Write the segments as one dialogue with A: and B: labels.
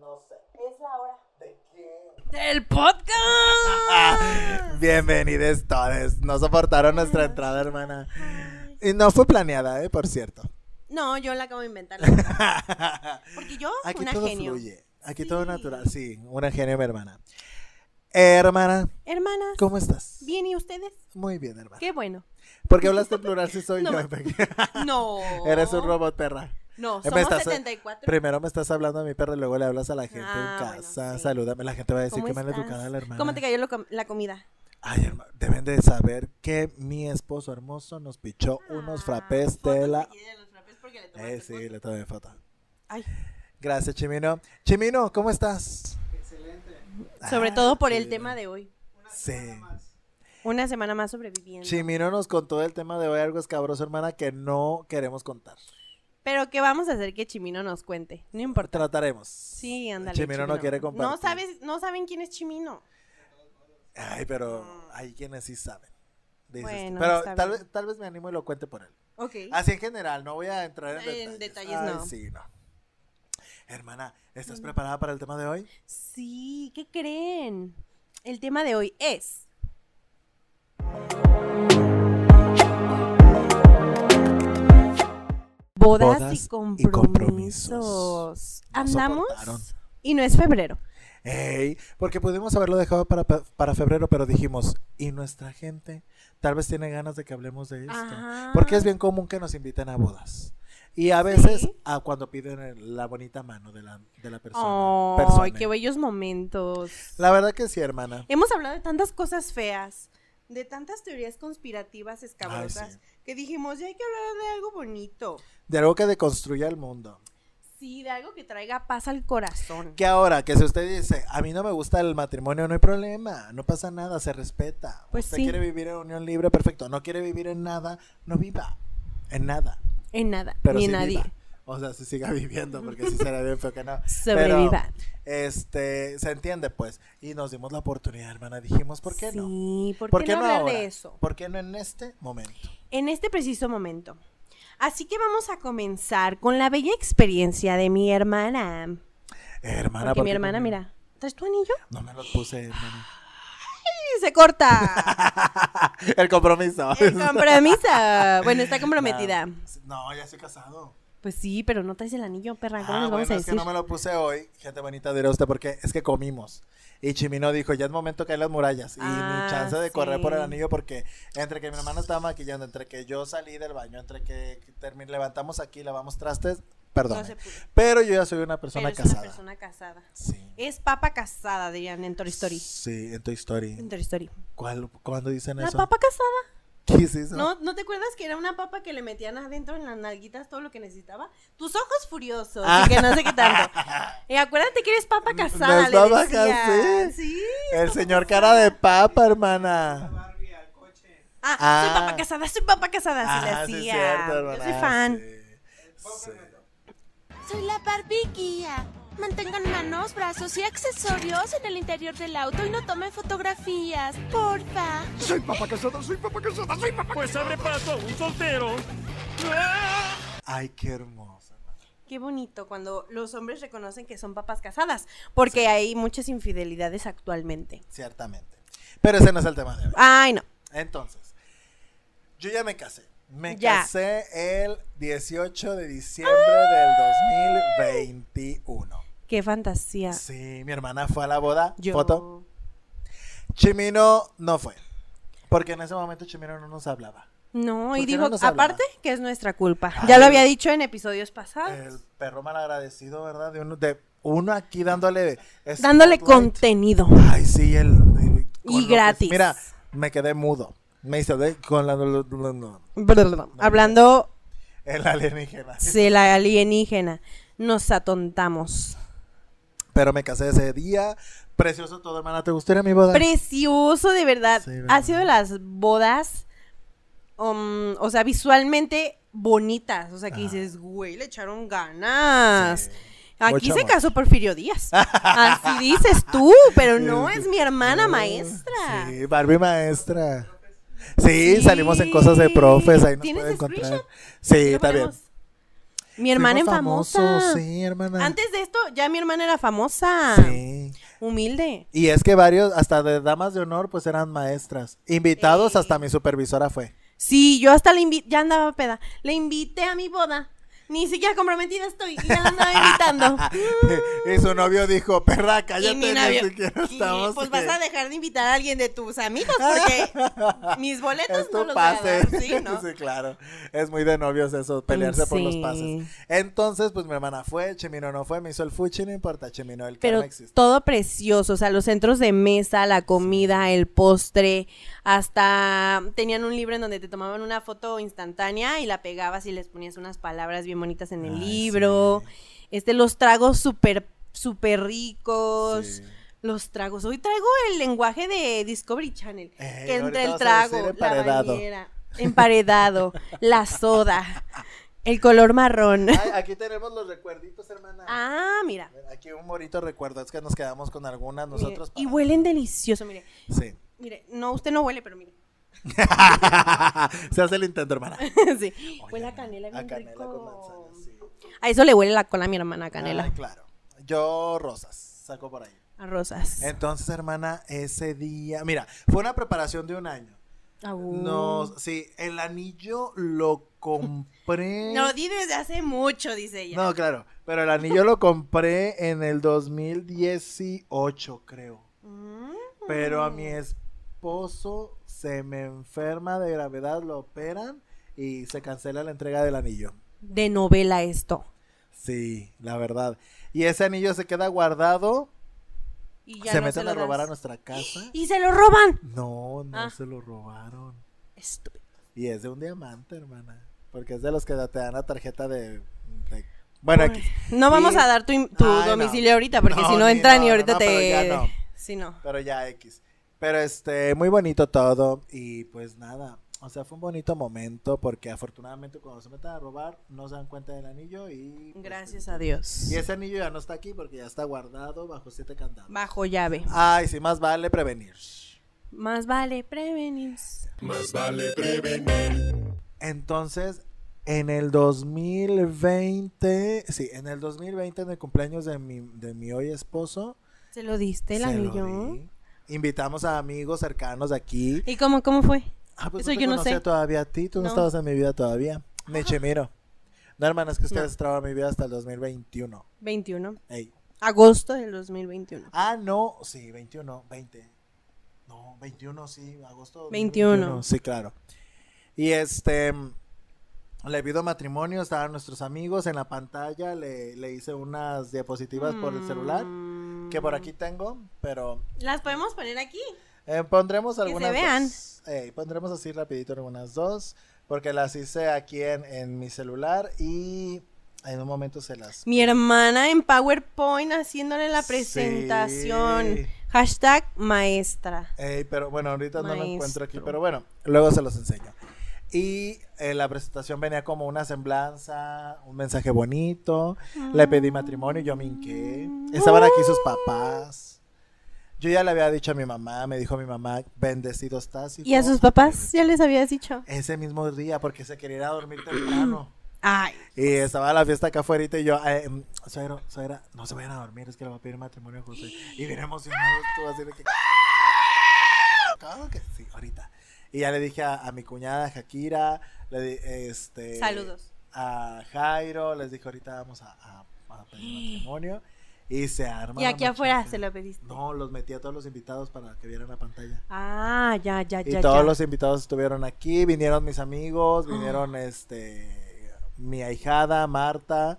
A: No sé.
B: Es la hora.
A: ¿De quién?
C: ¡Del podcast!
D: Ah, Bienvenidos todos. No soportaron nuestra entrada, hermana. Y no fue planeada, ¿eh? Por cierto.
C: No, yo la acabo de inventar. la verdad. Porque yo,
D: Aquí
C: una
D: todo
C: genio.
D: fluye. Aquí todo
C: Sí.
D: natural. Sí, una genio, mi hermana. Eh, hermana,
C: Hermanas,
D: ¿cómo estás?
C: ¿bien y ustedes?
D: Muy bien, hermana.
C: Qué bueno.
D: ¿Por qué hablaste en plural si soy
C: No
D: yo?
C: me- No.
D: Eres un robot, Em, perra.
C: No,
D: Me
C: somos
D: estás-
C: 74.
D: Primero me estás hablando a mi perra y luego le hablas a la gente
C: Ah,
D: en
C: bueno,
D: casa.
C: sí.
D: Salúdame. La gente va a decir
C: ¿Cómo
D: que mal
C: estás?
D: educada la hermana.
C: ¿Cómo te cayó lo com- la comida?
D: Ay, hermano, deben de saber que mi esposo hermoso nos pichó
C: Ah,
D: unos frappés de la... Eh, sí, le tomé foto.
C: Ay.
D: Gracias, Chimino. Chimino, ¿cómo estás? Excelente.
C: Sobre todo por el tema de hoy.
D: Sí.
C: Una semana más sobreviviendo.
D: Chimino nos contó el tema de hoy algo escabroso, hermana, que no queremos contar.
C: Pero ¿qué vamos a hacer que Chimino nos cuente? No importa.
D: Trataremos.
C: Sí, ándale.
D: Chimino, no quiere compartir.
C: No, sabes, no saben quién es Chimino.
D: Ay, pero hay quienes sí saben. dices tú.
C: Bueno,
D: pero
C: está
D: tal,
C: bien.
D: vez- tal vez me animo y lo cuente por él.
C: Ok.
D: Así en general, no voy a entrar en,
C: En
D: detalles.
C: detalles,
D: Ay,
C: no. Mm.
D: sí, no. Hermana, ¿estás preparada para el tema de hoy?
C: Sí, ¿qué creen? El tema de hoy es... Bodas,
D: Bodas
C: y,
D: y
C: compromisos.
D: compromisos. No
C: Andamos
D: soportaron.
C: y no es febrero.
D: Ey, porque pudimos haberlo dejado para, pa- para febrero, pero dijimos, ¿y nuestra gente? Tal vez tiene ganas de que hablemos de esto.
C: Ajá.
D: Porque es bien común que nos inviten a bodas. Y a veces,
C: Sí.
D: a cuando piden el- la bonita mano de la, de la persona.
C: Ay,
D: persona.
C: qué bellos momentos.
D: La verdad que sí, hermana.
C: Hemos hablado de tantas cosas feas, de tantas teorías conspirativas escabrosas,
D: sí.
C: que dijimos, ya hay que hablar de algo bonito.
D: De algo que deconstruya el mundo.
C: Sí, de algo que traiga paz al corazón.
D: Que ahora, que si usted dice, a mí no me gusta el matrimonio, no hay problema, no pasa nada, se respeta.
C: Pues
D: usted
C: sí.
D: quiere vivir en unión libre, perfecto. No quiere vivir en nada, no viva. En nada.
C: En nada,
D: Pero
C: ni
D: sí
C: en nadie.
D: viva. O sea, se siga viviendo, porque si será bien feo que no.
C: Sobreviva.
D: Pero, este, se entiende, pues. Y nos dimos la oportunidad, hermana. Dijimos, ¿por qué no?
C: Sí, ¿por, qué, no, hablar
D: ahora?
C: de eso?
D: ¿Por qué no en este momento?
C: En este preciso momento. Así que vamos a comenzar con la bella experiencia de mi hermana.
D: Eh, hermana,
C: Porque
D: ¿por
C: mi
D: qué
C: hermana,
D: conmigo?
C: mira, ¿traes tu anillo?
D: No me lo puse, hermana.
C: ¡Y se corta!
D: el compromiso.
C: El compromiso. Bueno, está comprometida.
D: Ah. No, ya estoy casado.
C: Pues sí, pero no traes el anillo, perra. ¿Cómo
D: Ah,
C: les vamos
D: bueno,
C: a
D: es
C: decir?
D: que no me lo puse hoy, gente bonita, dirá usted, porque es que comimos. Y Chimino dijo, ya es momento que hay las murallas. Y
C: Ah,
D: mi chance de correr por el
C: sí.
D: anillo, porque entre que mi hermana estaba maquillando, entre que yo salí del baño, entre que termin- levantamos aquí, lavamos trastes, perdón.
C: No se pudo.
D: Pero yo ya soy una persona
C: Pero es
D: casada.
C: una persona casada.
D: Sí.
C: Es papa casada, dirían en Toy Story.
D: Sí, en tu historia.
C: En Toy Story.
D: ¿Cuál, ¿Cuándo dicen
C: La
D: eso?
C: papa casada.
D: ¿Qué es eso?
C: ¿No, ¿No te acuerdas que era una papa que le metían adentro en las nalguitas todo lo que necesitaba? Tus ojos furiosos y que no sé qué tanto. Y acuérdate que eres papa casada,
D: es
C: le
D: papa
C: decían.
D: casada.
C: Sí.
D: El señor cara de papa, hermana.
C: Ah,
D: Ah.
C: soy papa casada, soy papa casada, se le
D: Ah, sí,
C: hacía.
D: cierto,
C: Yo
D: hermana,
C: soy fan.
D: sí. Sí.
E: Soy la Barbie guía. Mantengan manos, brazos y accesorios en el interior del auto y no tomen fotografías, porfa.
F: Pues abre paso a un soltero.
D: Ay, qué hermoso.
C: Qué bonito cuando los hombres reconocen que son papas casadas, porque hay muchas infidelidades actualmente.
D: Ciertamente. Pero ese no es el tema de hoy.
C: Ay, no.
D: Entonces, yo ya me casé. Me
C: Ya.
D: casé el 18 de diciembre del 2021.
C: Qué fantasía.
D: Sí, mi hermana fue a la boda.
C: Yo.
D: Foto. Chimino no fue. Porque en ese momento Chimino no nos hablaba.
C: No,
D: ¿Por
C: y
D: qué
C: dijo,
D: no nos hablaba?
C: aparte, que es nuestra culpa.
D: Ay.
C: ya lo había dicho en episodios pasados.
D: El perro malagradecido, ¿verdad? De uno, de uno aquí dándole.
C: dándole
D: spotlight.
C: contenido.
D: Ay, sí, el. el- con lo que-
C: gratis.
D: Mira, me quedé mudo. Me hice de- con la.
C: Hablando
D: El alienígena.
C: de la alienígena. Nos atontamos.
D: Pero me casé ese día. Precioso todo, hermana. ¿Te gustaría mi boda?
C: Precioso, de verdad.
D: Sí, ¿verdad?
C: ha sido de las bodas, um, o sea, visualmente bonitas. O sea, que
D: Ajá.
C: dices, güey, le echaron ganas.
D: Sí.
C: Aquí
D: Mucho
C: se
D: amor.
C: casó Porfirio Díaz. Así dices tú, pero no es mi hermana
D: Sí.
C: maestra.
D: Sí, Barbie maestra. Sí,
C: Sí.
D: salimos en cosas de profes. Ahí nos
C: ¿Tienes
D: pueden encontrar.
C: screenshot?
D: Sí,
C: Lo
D: está bien.
C: ponemos. Mi hermana en
D: Fuimos
C: famosa.
D: famosos, Sí, hermana.
C: Antes ah. de esto, ya mi hermana era famosa.
D: Sí.
C: Humilde.
D: Y es que varios, hasta de damas de honor, pues eran maestras. Invitados, hasta mi supervisora fue.
C: Sí, yo hasta la invité, ya andaba peda. La invité a mi boda. Ni siquiera comprometida estoy. Y ya la andaba invitando.
D: y su novio dijo, perra,
C: Ah. Y
D: cállate,
C: mi
D: ni
C: novio,
D: Ah, siquiera
C: "Y
D: estamos.
C: pues
D: que-
C: vas a dejar de invitar a alguien de tus amigos porque mis boletos
D: Es
C: no
D: tu
C: los
D: pase.
C: voy a dar, ¿sí, no?
D: Sí, claro. Es muy de novios eso, pelearse por los
C: sí.
D: pases. Entonces, pues mi hermana fue, Chemino no fue, me hizo el fuchi, no importa, Chemino, el
C: Pero
D: karma existe.
C: todo precioso, o sea, los centros de mesa, la comida, el postre, hasta tenían un libro en donde te tomaban una foto instantánea y la pegabas y les ponías unas palabras bien bonitas en el
D: Ay,
C: libro. Este, los tragos súper, súper ricos.
D: Sí.
C: Los tragos. Hoy traigo el lenguaje de Discovery Channel.
D: Eh,
C: que
D: ahorita
C: entre el
D: vas a
C: trago,
D: decir
C: la
D: emparedado.
C: bañera, emparedado, la soda, el color marrón.
D: Ay, aquí tenemos los recuerditos, hermana.
C: Ah, mira.
D: Mira, Aquí un bonito recuerdo, es que nos quedamos con algunas
C: Mire,
D: nosotros.
C: y
D: para-
C: huelen delicioso, mire.
D: Sí.
C: Mire, no, usted no huele, pero mire.
D: Se hace el intento, hermana.
C: sí. Huele a
D: Oye,
C: canela bien
D: a canela
C: rico.
D: con manzana, sí.
C: A eso le huele la cola a mi hermana, a canela.
D: Ay, claro. Yo rosas, saco por ahí.
C: A rosas.
D: Entonces, hermana, ese día, mira, fue una preparación de un año.
C: Au. Uh.
D: Nos, sí, el anillo lo compré.
C: No, di desde hace mucho, dice ella.
D: No, claro, pero el anillo lo compré en el 2018, creo.
C: Mm.
D: Pero a mi esposo se me enferma de gravedad, lo operan y se cancela la entrega del anillo.
C: De novela esto.
D: Sí, la verdad. Y ese anillo se queda guardado,
C: Y ya
D: se
C: no
D: meten
C: lo
D: a robar
C: das.
D: a nuestra casa.
C: Y se lo roban.
D: No, no
C: Ah.
D: se lo robaron.
C: Estúpido.
D: Y es de un diamante, hermana. Porque es de los que te dan la tarjeta de. de- Bueno, aquí.
C: No vamos
D: Y-
C: a dar tu, im- tu
D: Ay, no.
C: domicilio ahorita, porque
D: No,
C: si no
D: ni-
C: entran
D: no,
C: y
D: no,
C: ahorita
D: no, pero
C: te.
D: ya no.
C: Sí, no.
D: Pero ya X. Pero este, muy bonito todo. Y pues nada. O sea, fue un bonito momento porque afortunadamente cuando se meten a robar no se dan cuenta del anillo y... pues,
C: Gracias
D: pues,
C: a Dios.
D: Y ese anillo ya no está aquí porque ya está guardado bajo siete candados.
C: Bajo llave.
D: Ay, sí, más vale prevenir.
C: Más vale prevenir.
D: Entonces, en el 2020, sí, en el 2020, en el cumpleaños de mi, de mi hoy esposo,
C: ¿Se lo diste el
D: se lo
C: anillo?
D: di. Invitamos a amigos cercanos de aquí.
C: ¿Y cómo, cómo fue?
D: Ah, pues
C: Eso
D: no te
C: yo no
D: conocía
C: sé.
D: todavía a ti, tú no.
C: No.
D: estabas en mi vida todavía. Ni Chemiro. No, hermana, es que ustedes estaban en mi vida hasta el 2021.
C: 21.
D: Ey.
C: Agosto del 2021.
D: Ah, no, sí, 21, 20. No, 21, sí, agosto.
C: 21.
D: Sí, claro. Y este, le pido matrimonio, estaban nuestros amigos en la pantalla, le, le hice unas diapositivas por el celular,
C: Mm.
D: que por aquí tengo, pero
C: ¿Las podemos poner aquí?
D: eh, pondremos algunas
C: vean.
D: dos. Ey, pondremos así rapidito algunas dos, porque las hice aquí en, en mi celular y en un momento se las...
C: Mi hermana en PowerPoint haciéndole la presentación.
D: Sí.
C: Hashtag maestra.
D: Ey, pero bueno, ahorita no lo encuentro aquí,
C: Maestro.
D: pero bueno, luego se los enseño. Y eh, la presentación venía como una semblanza, un mensaje bonito. Le pedí matrimonio, yo me hinqué. Estaban aquí sus papás. Yo ya le había dicho a mi mamá, me dijo mi mamá, bendecido estás. hijo".
C: ¿Y a sus papás? Ya les habías dicho.
D: Ese mismo día, porque se quería ir a dormir temprano.
C: Ay.
D: Y estaba la fiesta acá afuera y yo, eh, mm, suegro, suegra, no se vayan a dormir, es que le va a pedir matrimonio a José. Y bien emocionado, tú así de que. Claro que sí, ahorita. Y ya le dije a, a mi cuñada Shakira, le di- este.
C: Saludos.
D: A Jairo, les dije ahorita vamos a, a- a pedir matrimonio. Y se arma.
C: Y
D: la
C: aquí afuera
D: machaca.
C: se lo pediste.
D: No, los metí a todos los invitados para que vieran la pantalla.
C: Ah, ya, ya,
D: Y
C: ya.
D: todos
C: ya. Ah.
D: los invitados estuvieron aquí, vinieron mis amigos, vinieron este mi ahijada, Marta,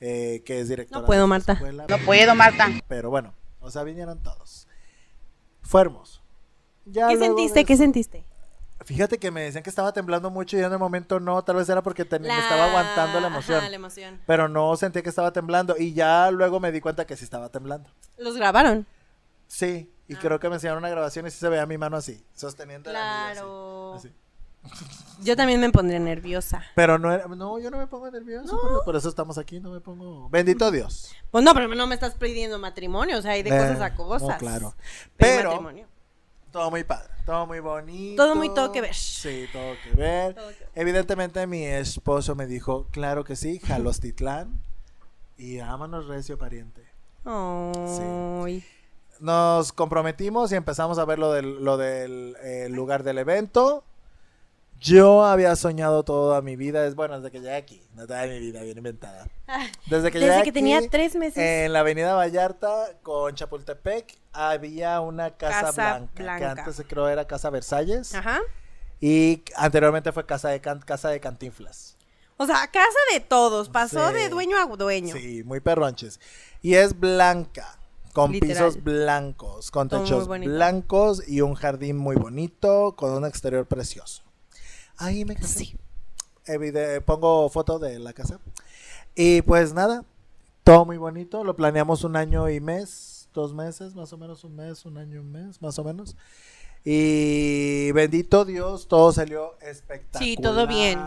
D: eh, que es directora
C: No puedo,
D: de la
C: Marta.
D: escuela.
A: No puedo, Marta.
D: Pero bueno, o sea, vinieron todos. Fue hermoso. Ya
C: ¿Qué
D: luego
C: sentiste?
D: de
C: ¿Qué
D: eso-
C: sentiste?
D: Fíjate que me decían que estaba temblando mucho y yo en el momento no, tal vez era porque ten- me estaba aguantando la emoción.
C: Ajá, la emoción.
D: Pero no sentía que estaba temblando y ya luego me di cuenta que sí estaba temblando.
C: Los grabaron.
D: Sí, y
C: Ah.
D: creo que me enseñaron una grabación y sí se veía mi mano así, sosteniendo el anillo así,
C: Claro.
D: así.
C: Yo también me pondría nerviosa.
D: Pero no era, no, yo no me pongo nervioso, por, por eso estamos aquí, no me pongo. Bendito Dios.
C: Pues no, pero no me estás pidiendo matrimonio, o sea, hay de
D: Eh,
C: cosas a
D: no,
C: cosas.
D: claro.
C: Pero,
D: Pero
C: matrimonio.
D: Todo muy padre, todo muy bonito.
C: Todo muy todo que ver.
D: Sí, todo que ver.
C: Todo que ver.
D: Evidentemente mi esposo me dijo, claro que sí, Jalostitlán. y ámanos recio, pariente.
C: Ay.
D: Nos comprometimos y empezamos a ver lo del, lo del eh, lugar del evento. Yo había soñado toda mi vida, es bueno, desde que llegué aquí, no toda mi vida, bien inventada. Desde que,
C: Ah, Desde
D: llegué
C: que tenía
D: aquí, eh,
C: tres meses.
D: En la avenida Vallarta con Chapultepec había una casa,
C: Casa
D: blanca,
C: Blanca.
D: que antes creo era Casa Versalles
C: Ajá.
D: y anteriormente fue Casa de, Can- casa de Cantinflas.
C: O sea, casa de todos. Pasó
D: Sí.
C: de dueño a dueño.
D: Sí, muy perronches. Y es blanca, con
C: Literal.
D: pisos blancos, con
C: Todo muy
D: techos
C: bonito.
D: blancos y un jardín muy bonito con un exterior precioso. Ahí me casé. Evide- pongo foto de la casa. Y pues nada, todo muy bonito. Lo planeamos un año y mes, dos meses, más o menos un mes, un año y un mes, más o menos. Y bendito Dios, todo salió espectacular.
C: Sí, todo bien.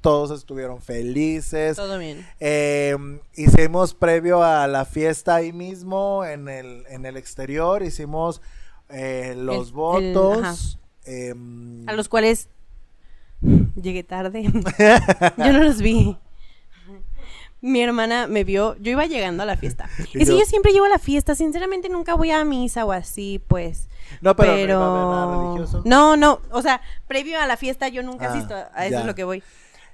D: Todos estuvieron felices.
C: Todo bien.
D: Eh, hicimos previo a la fiesta ahí mismo, en el, en el exterior, hicimos eh, los
C: el-
D: votos. em,
C: A los cuales llegué tarde. yo no los vi. Mi hermana me vio, yo iba llegando a la fiesta.
D: Y
C: Y si
D: yo-
C: yo siempre llego a la fiesta, sinceramente nunca voy a misa o así, pues.
D: no, pero,
C: Pero,
D: no iba a haber nada religioso.
C: no, no, o sea, previo a la fiesta yo nunca
D: Ah,
C: asisto, a eso
D: ya.
C: es lo que voy.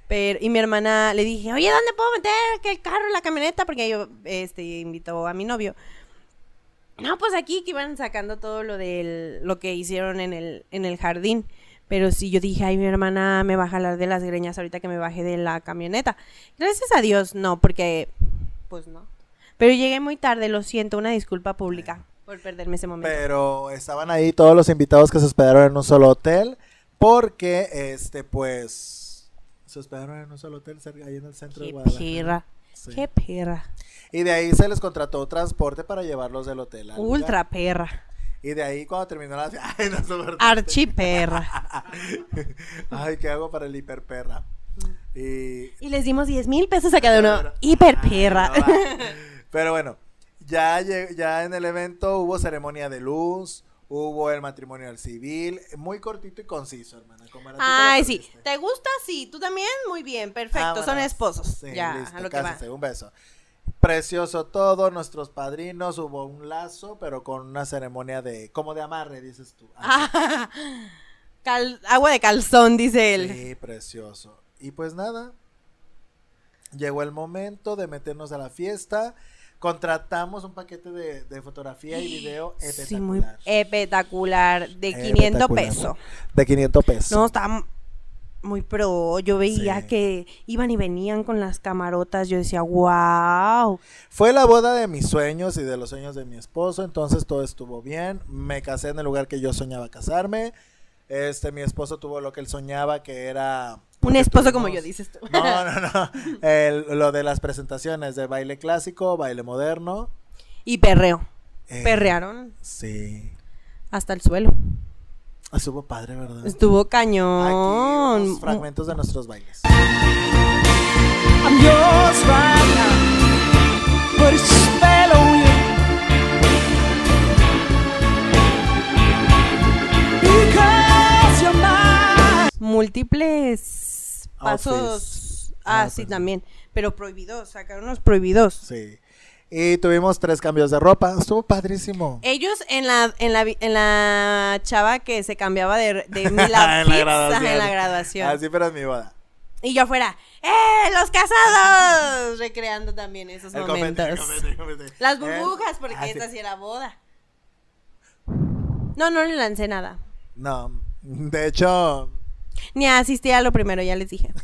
C: Pero, y mi hermana le dije, oye, ¿dónde puedo meter que el carro, la camioneta? Porque yo este, invitó a mi novio. No, pues aquí que iban sacando todo lo del, lo que hicieron en el, en el jardín. Pero sí, yo dije, ay, mi hermana me va a jalar de las greñas ahorita que me baje de la camioneta. Gracias a Dios, no, porque, pues no. Pero llegué muy tarde, lo siento, una disculpa pública por perderme ese momento.
D: Pero estaban ahí todos los invitados que se hospedaron en un solo hotel. Porque, este, pues. Se hospedaron en un solo hotel cerca- ahí en el centro de
C: Qué
D: Guadalajara.
C: perra.
D: Sí.
C: Qué perra.
D: Y de ahí se les contrató transporte para llevarlos del hotel. al lugar.
C: Ultra perra.
D: Y de ahí cuando terminó la fiesta. Ay, no soporto.
C: Archi perra.
D: Ay, ¿qué hago para el hiperperra? Y.
C: Y les dimos 10 mil pesos a cada uno.
D: Pero-
C: Hiper
D: Ay,
C: perra.
D: no va. Pero bueno, ya, lle- ya en el evento hubo ceremonia de luz, hubo el matrimonio al civil, muy cortito y conciso, hermana. como era, tú te la
C: Ay, sí.
D: perdiste.
C: ¿Te gusta? Sí. ¿Tú también? Muy bien. Perfecto.
D: Vámonos.
C: Son esposos.
D: Ah, Sí,
C: ya,
D: listo,
C: a lo que va.
D: cásense, un beso. Precioso todo, nuestros padrinos, hubo un lazo, pero con una ceremonia de, como de amarre, dices tú. Ah,
C: Cal- agua de calzón, dice él.
D: Sí, precioso. Y pues nada, llegó el momento de meternos a la fiesta. Contratamos un paquete de, de fotografía y video espectacular.
C: Sí, muy eh. espectacular. De 500
D: Espectacular.
C: pesos.
D: De 500 pesos.
C: No, está m- muy pro. Yo veía
D: Sí.
C: que iban y venían con las camarotas. Yo decía, wow.
D: Fue la boda de mis sueños y de los sueños de mi esposo, entonces todo estuvo bien. Me casé en el lugar que yo soñaba casarme. Este, mi esposo tuvo lo que él soñaba, que era...
C: Un
D: porque
C: esposo como
D: tuvimos-
C: yo, dices tú.
D: No, no, no. El- lo de las presentaciones de baile clásico, baile moderno.
C: Y perreo.
D: eh,
C: Perrearon
D: Sí. Ah,
C: hasta el suelo.
D: Estuvo padre, ¿verdad?
C: Estuvo
D: Aquí
C: cañón.
D: unos fragmentos de nuestros bailes.
A: I'm yours right now, but it's a spell on you. Because you're mine.
C: Múltiples pasos.
D: Outfits.
C: Ah,
D: Ah,
C: sí,
D: pues.
C: también. Pero prohibidos, sacaron unos prohibidos.
D: Sí. Y tuvimos tres cambios de ropa. Estuvo padrísimo.
C: Ellos en la, en la, vi- en la chava que se cambiaba de, de mi la
D: En la
C: fiesta,
D: graduación.
C: en la graduación.
D: Así, pero en mi boda.
C: Y yo afuera, ¡eh! ¡Los casados! Recreando también esos
D: El
C: momentos.
D: confeti, el confeti, el confeti.
C: Las
D: El-
C: burbujas, porque
D: Ah, sí.
C: esta sí era boda. No, no le lancé nada.
D: No, de hecho.
C: Ni asistí a lo primero, ya les dije.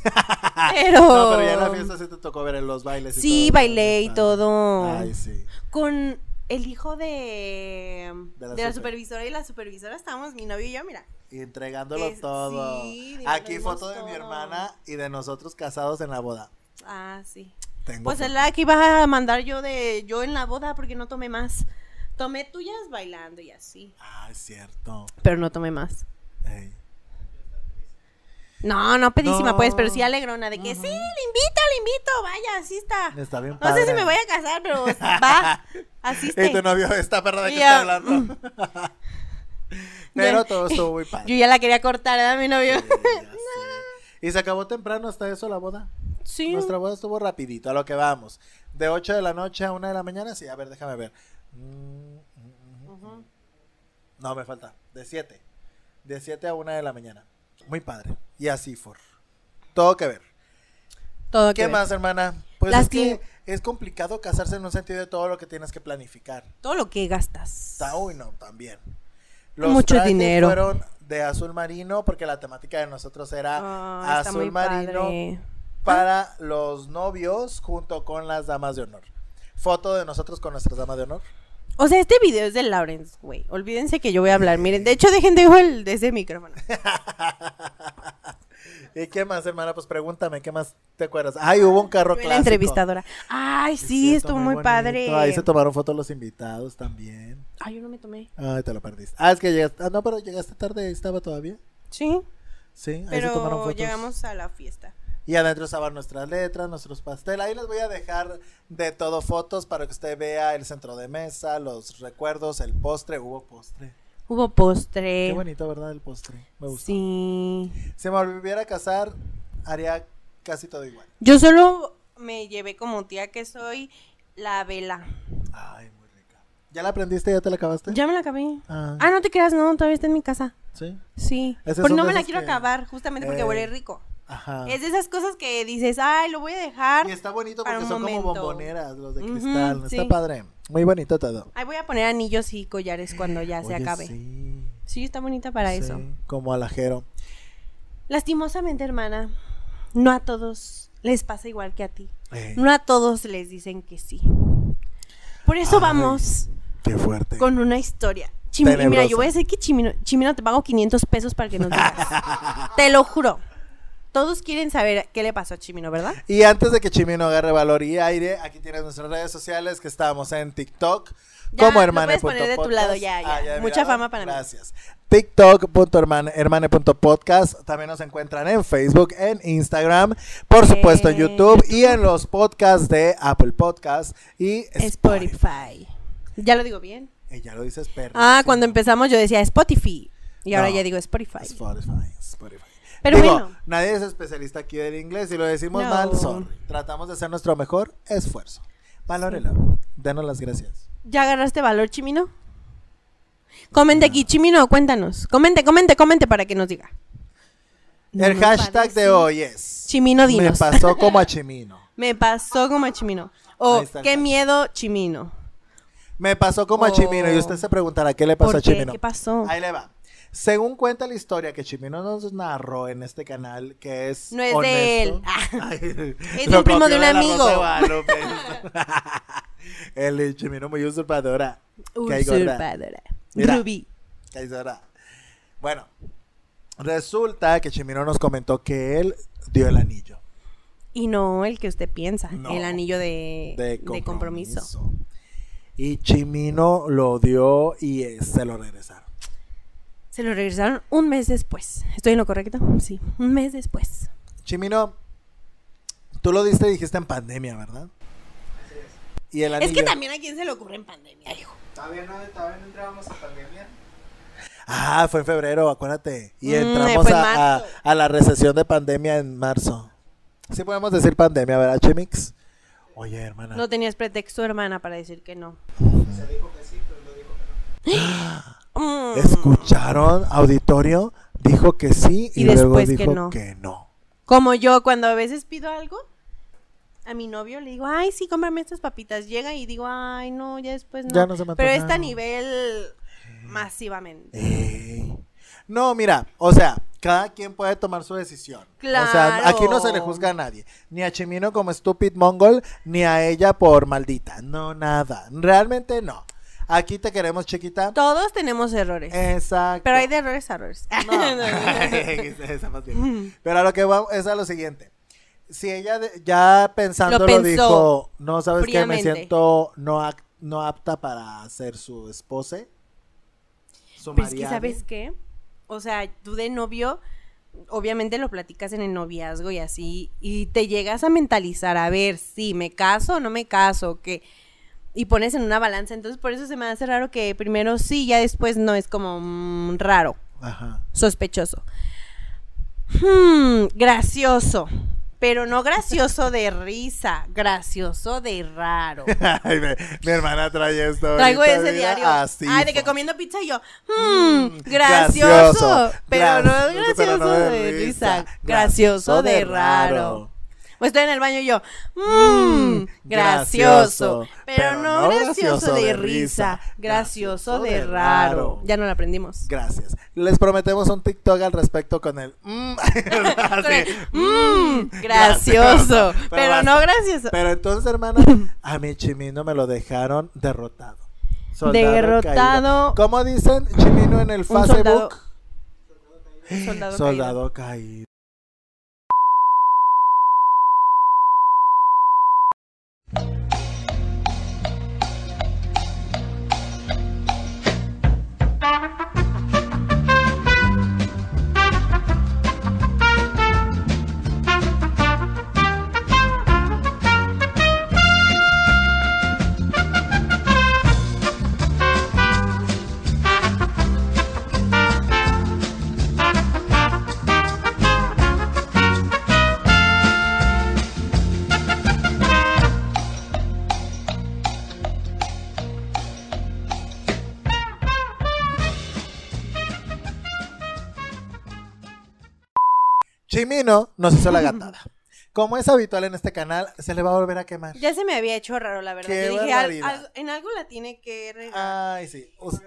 C: Pero.
D: No, pero ya en la fiesta sí te tocó ver en los bailes. y
C: Oh. Sí,
D: todo,
C: bailé y
D: Ah,
C: todo.
D: Ay, sí.
C: Con el hijo de,
D: De
C: de,
D: la
C: la,
D: super-
C: supervisora y la supervisora estábamos mi novio y yo, mira.
D: Y entregándolo
C: Es-
D: todo.
C: sí, de
D: Aquí
C: vernos
D: foto de mi
C: todo.
D: hermana y de nosotros casados en la boda.
C: Ah, sí.
D: Tengo
C: Pues
D: foto.
C: es la que iba a mandar yo de yo en la boda porque no tomé más. Tomé tuyas bailando y así.
D: Ah, es cierto.
C: Pero no tomé más.
D: Ey.
C: No, no pedísima, pues,
D: No.
C: pero sí alegrona de que sí, le invito, le invito, vaya, así está.
D: Está bien
C: No sé si
D: padre.
C: me voy a casar, pero va, asiste.
D: Y tu novio está perra de que
C: Ya.
D: está hablando. Pero
C: Yo-
D: todo estuvo muy padre.
C: Yo ya la quería cortar, ¿verdad, mi novio?
D: Sí, ya sé. Y se acabó temprano hasta eso la boda.
C: Sí.
D: Nuestra boda estuvo rapidito, a lo que vamos. De 8 de la noche a 1 de la mañana, sí, a ver, déjame ver. Mm, mm, mm, mm. No, me falta. De 7. De 7 a 1 de la mañana. Muy padre. Y así for. Todo que ver.
C: Todo
D: ¿Qué
C: que ver.
D: más, hermana? Pues
C: Las
D: es que
C: que-
D: es complicado casarse en un sentido de todo lo que tienes que planificar.
C: Todo lo que gastas.
D: Ta- Uy, no, también.
C: Mucho
D: trajes
C: dinero.
D: fueron de azul marino porque la temática de nosotros era
C: Ah, está
D: azul
C: muy
D: marino
C: padre.
D: para los novios junto con las damas de honor. Foto de nosotros con nuestras damas de honor.
C: O sea, este video es de Lawrence, güey. Olvídense que yo voy a hablar. Miren, de hecho, dejen de el de ese micrófono.
D: ¿Y qué más, hermana? Pues pregúntame, ¿qué más te acuerdas? Ay, hubo un carro
C: Yo en
D: clásico.
C: la entrevistadora. Ay,
D: Es
C: sí,
D: cierto,
C: estuvo muy,
D: bonito.
C: padre.
D: Ahí se tomaron fotos los invitados también.
C: Ay, yo no me tomé.
D: Ay, te lo perdiste. Ah, es que llegaste. Ah, no, pero llegaste tarde, estaba todavía.
C: Sí,
D: Sí, ahí se tomaron
C: pero
D: fotos.
C: llegamos a la fiesta.
D: Y adentro estaban nuestras letras, nuestros pasteles. Ahí les voy a dejar de todo fotos para que usted vea el centro de mesa, los recuerdos, el postre. Hubo postre.
C: Hubo postre.
D: Qué bonito, ¿verdad? El postre. Me gustó.
C: Eh, Sí.
D: Si me volviera a casar, haría casi todo igual.
C: Yo solo me llevé como tía que soy la vela.
D: Ay, muy rica. ¿Ya la aprendiste? ¿Ya te la acabaste?
C: Ya me la acabé.
D: Ah,
C: Ah, no te creas, no, todavía está en mi casa.
D: sí.
C: Sí.
D: Esas
C: Pero
D: son
C: no
D: de
C: me la
D: esas
C: quiero
D: que-
C: acabar, justamente porque
D: Eh.
C: huele rico.
D: Ajá.
C: Es de esas cosas que dices, ay, lo voy a dejar.
D: Ah. Y está bonito
C: para
D: porque
C: un
D: son como
C: momento.
D: bomboneras los de
C: Ujú,
D: cristal. Está
C: sí.
D: padre. Muy bonito todo.
C: Ahí voy a poner anillos y collares cuando ya se
D: Oye,
C: acabe. Sí.
D: Sí.
C: está bonita para
D: sí,
C: eso.
D: Como alajero.
C: Lastimosamente, hermana, no a todos les pasa igual que a ti.
D: Eh,
C: No a todos les dicen que sí. Por eso
D: Ay.
C: vamos
D: Qué fuerte.
C: con una historia. Chimi- y mira,
D: Tenebrosa.
C: yo voy a decir que Chimino, Chimino te pago 500 pesos para que nos digas. te lo juro. Todos quieren saber qué le pasó a Chimino, ¿verdad?
D: Y antes de que Chimino agarre valor y aire, aquí tienes nuestras redes sociales que estamos en TikTok.
C: Ya,
D: como
C: lo
D: hermane.
C: puedes poner de tu
D: podcast. Ah,
C: lado, ya, ya.
D: he
C: Mucha
D: mirado.
C: fama para mí.
D: Gracias. TikTok.hermane.podcast. También nos encuentran en Facebook, en Instagram, por supuesto en
C: Eh,
D: YouTube y en los podcasts de Apple Podcast y Spotify.
C: Spotify. Ya lo digo bien.
D: Ella lo dice perro.
C: Ah, cuando empezamos yo decía Spotify. Y ahora
D: No.
C: ya digo Spotify.
D: Spotify, Spotify.
C: Pero
D: Digo,
C: bueno.
D: Nadie es especialista aquí del inglés. Si lo decimos
C: No.
D: mal, sorry. Tratamos de hacer nuestro mejor esfuerzo. Valórelo. Danos las gracias.
C: ¿Ya agarraste valor, Chimino? Comente aquí, Chimino, cuéntanos. Comente, comente, comente para que nos diga. No me
D: El hashtag de
C: parece.
D: hoy es
C: Chimino
D: Me
C: dinos.
D: pasó como a Chimino.
C: Me pasó como a Chimino. O
D: Ahí está el
C: qué
D: hashtag.
C: miedo, Chimino.
D: Me pasó como a
C: Oh.
D: Chimino. Y usted se preguntará qué le pasó
C: ¿Por
D: a
C: qué?
D: Chimino.
C: ¿Qué pasó?
D: Ahí le va. Según cuenta la historia que Chimino nos narró en este canal, que es.
C: No es de él.
D: honesto. Ay,
C: Es
D: lo
C: un primo
D: copió
C: de un
D: la Rosa
C: amigo.
D: de Guadalupe. el Chimino muy usurpadora. Cae gorda.
C: Usurpadora.
D: Mira.
C: Ruby.
D: Ahí será. Bueno, resulta que Chimino nos comentó que él dio el anillo.
C: Y no el que usted piensa.
D: No.
C: El anillo de, de compromiso.
D: Y Chimino lo dio y eh, se lo regresaron.
C: Se lo regresaron un mes después. ¿Estoy en lo correcto? Sí, un mes después.
D: Chimino, tú lo diste y dijiste en pandemia, ¿verdad? Y el anillo.
C: Es que también a quién se le ocurre en pandemia, hijo.
B: Todavía no, todavía no entrábamos a pandemia.
D: Ah, fue en febrero, acuérdate. Y
C: Mm,
D: entramos
C: fue en
D: a, a-
C: marzo.
D: a la recesión de pandemia en marzo. Sí podemos decir pandemia, ¿verdad, Chimix? Oye, hermana.
C: No tenías pretexto, hermana, para decir que no.
B: Se dijo que sí, pero lo dijo que no.
C: Mm.
D: ¿Escucharon? Auditorio dijo que sí y,
C: Y
D: luego
C: después que
D: dijo que
C: no.
D: no.
C: Como yo, cuando a veces pido algo, a mi novio le digo, ay, sí, cómprame estas papitas. Llega y digo, ay, no, ya después no.
D: Ya no se me Eh.
C: Pero
D: antojaron.
C: está a nivel masivamente.
D: Ey. No, mira, o sea, cada quien puede tomar su decisión. O
C: Claro.
D: sea, aquí no se le juzga a nadie. Ni a Chimino como stupid mongol, ni a ella por maldita. No, nada. Realmente no. Aquí te queremos, chiquita.
C: Todos tenemos errores.
D: Exacto.
C: Pero hay de errores a errores.
D: Eh. No. Esa más bien. Pero a lo que vamos es a lo siguiente. Si ella de- ya pensándolo
C: pensó
D: dijo, no sabes que me
C: fríamente.
D: siento no, ac- no apta para ser su esposa.
C: Pero
D: Su
C: Pues es que,
D: mariachi.
C: ¿sabes qué? O sea, tú de novio, obviamente lo platicas en el noviazgo y así, y te llegas a mentalizar, a ver, si me caso o no me caso, que... y pones en una balanza. Entonces, por eso se me hace raro que primero sí, ya después no. Es como mm, raro,
D: Ajá.
C: sospechoso. Hmm, gracioso. Pero no gracioso de risa, gracioso de raro.
D: Ay, me- mi hermana trae esto.
C: Traigo
D: ahorita,
C: ese
D: mira,
C: diario.
D: así
C: Ay, de
D: fue.
C: que comiendo pizza y yo. Ah, mm,
D: Mm,
C: gracioso, Pero no
D: gracioso,
C: gracioso
D: pero no
C: de risa. Gracioso de raro. Pues estoy en el baño y yo. mm, gracioso. Pero no gracioso de risa. Gracioso de raro. Ya no lo aprendimos.
D: Gracias. Les prometemos un TikTok al respecto con el. mm,
C: Con el,
D: así,
C: mm,
D: mm,
C: gracioso. Pero no
D: basta.
C: gracioso.
D: Pero entonces, hermana, a mi chimino me lo dejaron derrotado. Soldado
C: Derrotado.
D: caído. ¿Cómo dicen chimino en el
C: Un soldado.
D: Facebook?
C: Soldado. caído.
D: Soldado caído. Chimino nos hizo la gatada. Como es habitual en este canal, se le va a volver a quemar.
C: Ya se me había hecho raro, la verdad.
D: Qué
C: Yo dije, al-
D: barbaridad.
C: algo- en algo la tiene que regar.
D: Ay, sí. Us-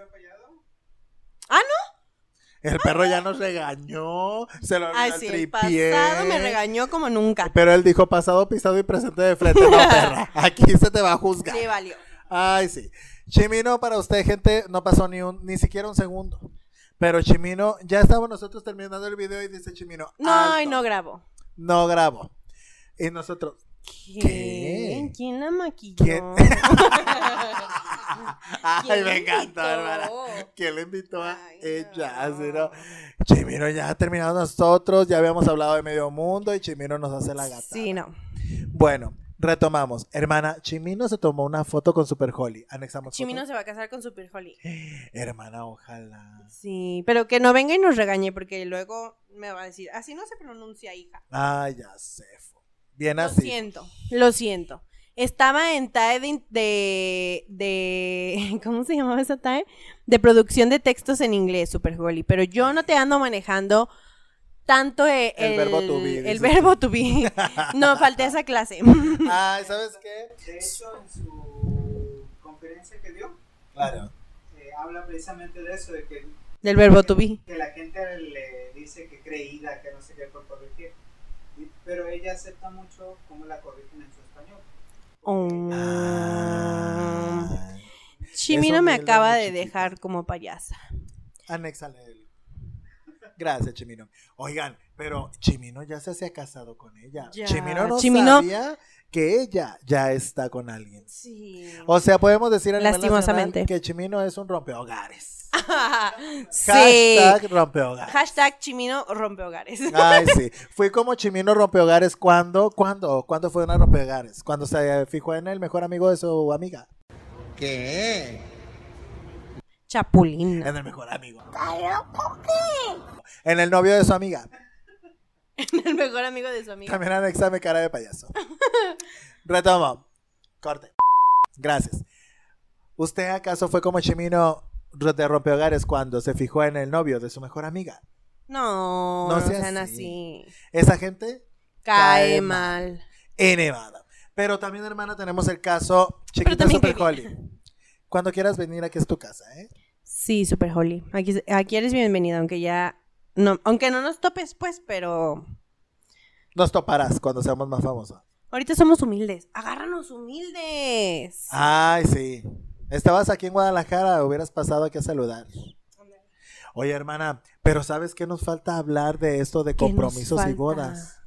C: Ah, no.
D: El perro ya nos regañó. Se lo
C: Ay,
D: al
C: sí, el
D: tripié.
C: pasado me regañó como nunca.
D: Pero él dijo pasado, pisado y presente de frente. No, perra. Aquí se te va a juzgar.
C: Le valió.
D: Ay, sí. Chimino para usted, gente, no pasó ni un, ni siquiera un segundo. Pero Chimino, ya estamos nosotros terminando el video y dice Chimino.
C: No,
D: "Alto,
C: y no grabó.
D: No grabo. Y nosotros.
C: ¿Quién? ¿Quién la maquilló?
D: ¿Quién? Ay,
C: ¿Quién
D: me
C: le
D: encantó, hermana.
C: invitó?
D: ¿Quién le invitó a
C: Ay,
D: ella?
C: no.
D: Así, ¿no? Chimino ya ha terminado nosotros, ya habíamos hablado de medio mundo y Chimino nos hace la gata.
C: sí, no.
D: Bueno, retomamos. Hermana, Chimino se tomó una foto con Super Holly. Anexamos.
C: Chimino
D: foto.
C: se va a casar con Super Holly.
D: Hermana, ojalá.
C: Sí, pero que no venga y nos regañe porque luego me va a decir, así no se pronuncia hija.
D: Ay, Ah, ya sé. fo. Bien
C: Lo
D: así.
C: siento, lo siento. Estaba en TAE de, de, de- ¿cómo se llamaba esa TAE? De producción de textos en inglés, Super Holly. Pero yo no te ando manejando tanto eh, el,
D: El verbo to be,
C: el
D: dices tú.
C: verbo to be. No, falté a esa clase.
D: Ay, ¿sabes qué?
B: De hecho, en su conferencia que dio,
D: Claro.
B: eh, habla precisamente de eso, de que,
C: Del verbo to be.
B: que la gente le dice que creída, que no sé qué por corregir. Y- Pero ella acepta mucho cómo la corrigen en su español.
C: Oh.
D: Ay.
C: Chimino
D: Ah. Eso
C: me
D: humilde,
C: acaba
D: muy
C: de
D: chiquito.
C: dejar como payasa.
D: Anéxale el- Gracias, Chimino. Oigan, pero Chimino ya se hacía casado con ella.
C: Ya.
D: Chimino no
C: Chimino-
D: sabía que ella ya está con alguien.
C: Sí.
D: O sea, podemos decir a nivel nacional
C: Lastimosamente. Ah,
D: que Chimino es un rompehogares.
C: sí.
D: Hashtag rompehogares.
C: Hashtag Chimino rompe hogares.
D: Ay, sí. Fui como Chimino rompehogares cuando, cuando, cuando fue una rompehogares. Cuando se fijó en el mejor amigo de su amiga. ¿Qué?
C: Chapulín.
D: En el mejor amigo. En el novio de su amiga.
C: El mejor amigo de su amiga.
D: También anexame cara de payaso. Retomo. Corte. Gracias. ¿Usted acaso fue como Chimino de rompehogares cuando se fijó en el novio de su mejor amiga?
C: No, no,
D: No sea
C: sean así.
D: así. Esa gente
C: Cae,
D: Cae
C: mal.
D: en Nevada. Pero también, hermana, tenemos el caso Chiquita
C: también
D: Super
C: quería.
D: Holly. Cuando quieras venir, aquí es tu casa, ¿eh?
C: Sí, super holy. Aquí, aquí eres bienvenida, aunque ya. No, aunque no nos topes, pues, pero.
D: Nos toparás cuando seamos más famosos.
C: Ahorita somos humildes. Agárranos humildes.
D: Ay, sí. Estabas aquí en Guadalajara, hubieras pasado aquí a saludar. Oye, hermana, pero ¿sabes qué nos falta hablar de esto de
C: ¿Qué nos
D: compromisos y
C: falta?
D: bodas?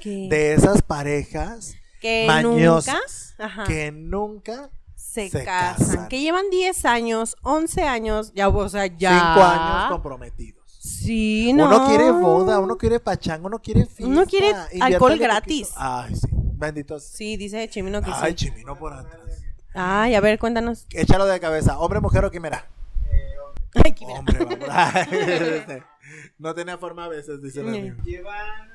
C: que
D: De esas parejas
C: que nunca
D: mañosas
C: ajá,
D: que nunca,
C: se,
D: se
C: casan.
D: casan.
C: Que llevan 10 años, 11 años. Ya, o sea, ya.
D: cinco años comprometidos.
C: Sí, no.
D: Uno quiere boda, uno quiere pachanga, uno quiere fiesta.
C: Uno quiere
D: inviértale
C: alcohol
D: poquito.
C: gratis.
D: Ay, sí. Bendito sea.
C: Sí, dice Chimino que
D: Ay,
C: sí.
D: Chimino por atrás.
C: Ay, a ver, cuéntanos.
D: Échalo de cabeza. ¿Hombre, mujer o quimera?
B: Eh, hombre,
C: Ay, quimera.
D: Hombre, vamos. no tenía forma a veces, dice el amigo.
B: llevan.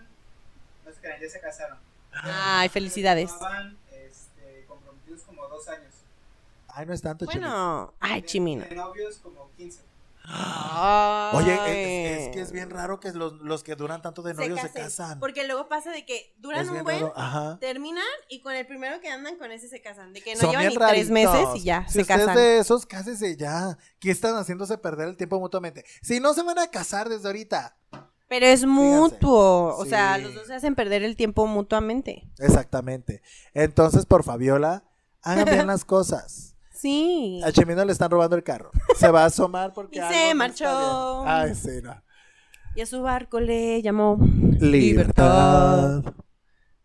B: No se crean, ya se casaron.
C: Ay, felicidades.
B: Llevaban este, comprometidos como dos años.
D: Ay, no es tanto, Chimino.
C: Bueno, ay,
B: De-
C: Chimina.
B: De novios como 15.
D: Oye,
C: Ay.
D: es, es que es bien raro que los, los que duran tanto de novios se,
C: casen,
D: casan.
C: Porque luego pasa de que duran
D: Es
C: un
D: bien
C: buen,
D: raro, ajá.
C: terminan y con el primero que andan con ese se casan. De que no
D: Son
C: llevan
D: bien
C: ni tres meses
D: raritos.
C: y ya
D: Si
C: se
D: usted es
C: casan.
D: de esos, cásese ya. Que están haciéndose perder el tiempo mutuamente. Si no se van a casar desde ahorita.
C: Pero es mutuo. O
D: Sí.
C: sea, los dos se hacen perder el tiempo mutuamente.
D: Exactamente. Entonces, por Fabiola, hagan bien las cosas.
C: Sí.
D: A Chemino le están robando el carro. Se va a asomar porque.
C: Y
D: algo
C: se
D: no está
C: marchó.
D: bien. Ay, sí, no.
C: Y a su barco le llamó
D: Libertad.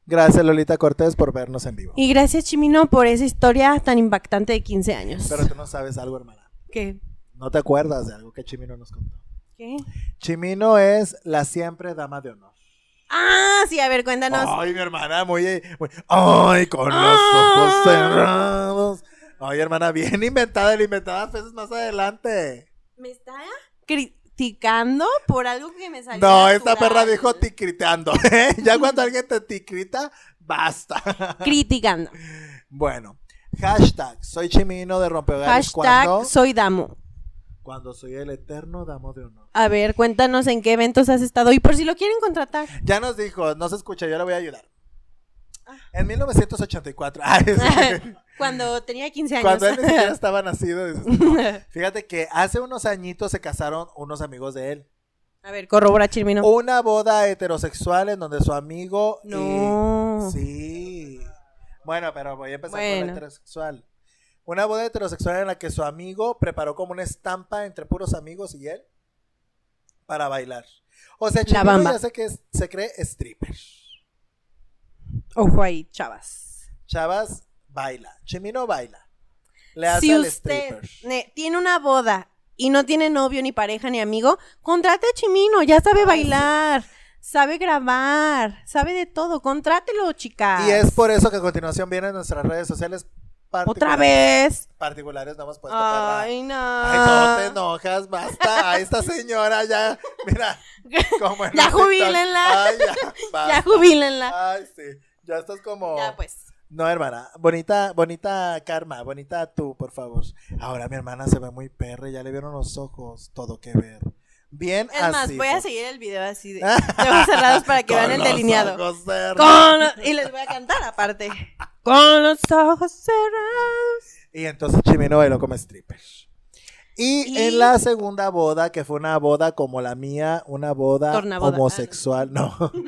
D: Gracias, Lolita Cortés, por vernos en vivo.
C: Y gracias, Chimino, por esa historia tan impactante de 15 años.
D: Pero tú no sabes algo, hermana.
C: ¿Qué?
D: No te acuerdas de algo que Chimino nos contó.
C: ¿Qué?
D: Chimino es la siempre dama de honor.
C: Ah, sí, a ver, cuéntanos.
D: Ay, mi hermana, muy, muy- Ay, con los
C: Ah.
D: ojos cerrados. Ay, hermana, bien inventada, la inventada veces más adelante.
C: ¿Me está criticando por algo que me salió?
D: No, esta
C: natural?
D: perra dijo ticriteando. ¿eh? Ya cuando alguien te ticrita, basta.
C: Criticando.
D: Bueno, hashtag, soy Chimino de Rompehogares
C: Hashtag
D: cuando,
C: soy damo.
D: cuando soy el eterno damo de honor.
C: A ver, cuéntanos en qué eventos has estado y por si lo quieren contratar.
D: Ya nos dijo, no se escucha, yo le voy a ayudar.
C: Ah.
D: En 1984. Ay, sí.
C: Cuando tenía 15 años.
D: Cuando él ni siquiera estaba nacido. dices, no. Fíjate que hace unos añitos se casaron unos amigos de él.
C: A ver, corrobora, Chimino.
D: Una boda heterosexual en donde su amigo. y-
C: no.
D: eh, Sí. Bueno, pero voy a empezar por
C: Oh. Bueno.
D: la heterosexual. Una boda heterosexual en la que su amigo preparó como una estampa entre puros amigos y él para bailar. O sea, Chimino
C: bamba.
D: ya sé que es- se cree stripper.
C: Ojo ahí, chavas.
D: Chavas, baila. Chimino baila. Le hace
C: si
D: al
C: usted
D: stripper.
C: ne- tiene una boda y no tiene novio, ni pareja, ni amigo, contrate a Chimino, ya sabe bailar, sabe grabar, sabe de todo, contrátelo, chicas.
D: Y es por eso que a continuación vienen nuestras redes sociales
C: Otra vez.
D: particulares- Particulares, no hemos puesto perra. Ay,
C: Ay, no.
D: no te enojas, basta. A esta señora ya, mira, como en
C: Ya
D: los TikTok.
C: jubílenla.
D: Ay, ya, basta.
C: ya jubílenla.
D: Ay, sí. Ya estás como.
C: Ya pues.
D: No, hermana. Bonita, bonita karma, bonita tú, por favor. Ahora mi hermana se ve muy perra, y ya le vieron los ojos, todo que ver. Bien
C: Es
D: así.
C: más, voy a
D: pues.
C: seguir el video así de de ojos cerrados para que
D: Con
C: vean el
D: los
C: delineado.
D: ojos cerrados.
C: Con los- y les voy a cantar aparte. Con los ojos cerrados.
D: Y entonces Chimino bailó como stripper.
C: Y-
D: Y, en la segunda boda, que fue una boda como la mía, una boda
C: Tornaboda.
D: homosexual, no.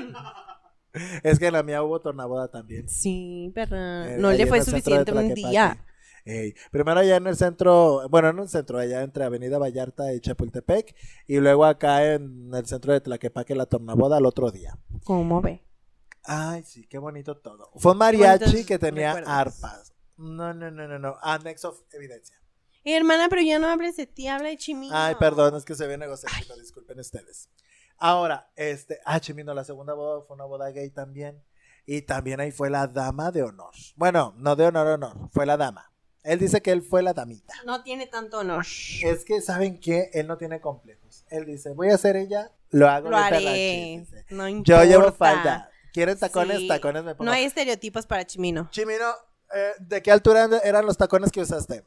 D: es que en la mía hubo tornaboda también.
C: Sí, perra.
D: Eh,
C: Ah, No
D: ahí
C: le
D: en
C: fue
D: el centro de
C: suficiente un
D: Tlaquepaque.
C: día.
D: Ey, primero allá en el centro, bueno, no en el centro, allá entre Avenida Vallarta y Chapultepec, y luego acá en el centro de Tlaquepaque la tornaboda al otro día.
C: ¿Cómo ve?
D: Ay, sí, qué bonito todo. Fue un mariachi
C: Bonitos
D: que tenía
C: recuerdos.
D: arpas. No, no, no, no, no, anexo evidencia.
C: hermana, pero ya no hables de ti, habla de Chimino.
D: Ay, perdón, es que se ve negociando, disculpen ustedes. Ahora, este, ah, Chimino, la segunda boda fue una boda gay también. Y también ahí fue la dama de honor. Bueno, no de honor, honor, fue la dama. Él dice que él fue la damita.
C: No tiene tanto honor.
D: Es que, ¿saben qué? Él no tiene complejos. Él dice, voy a ser ella, lo hago
C: Lo
D: de
C: haré.
D: perrachis, dice.
C: No
D: Yo
C: importa.
D: llevo falda. ¿Quieren tacones?
C: Sí.
D: Tacones me pongo.
C: No hay estereotipos para Chimino.
D: Chimino, eh, ¿de qué altura eran los tacones que usaste?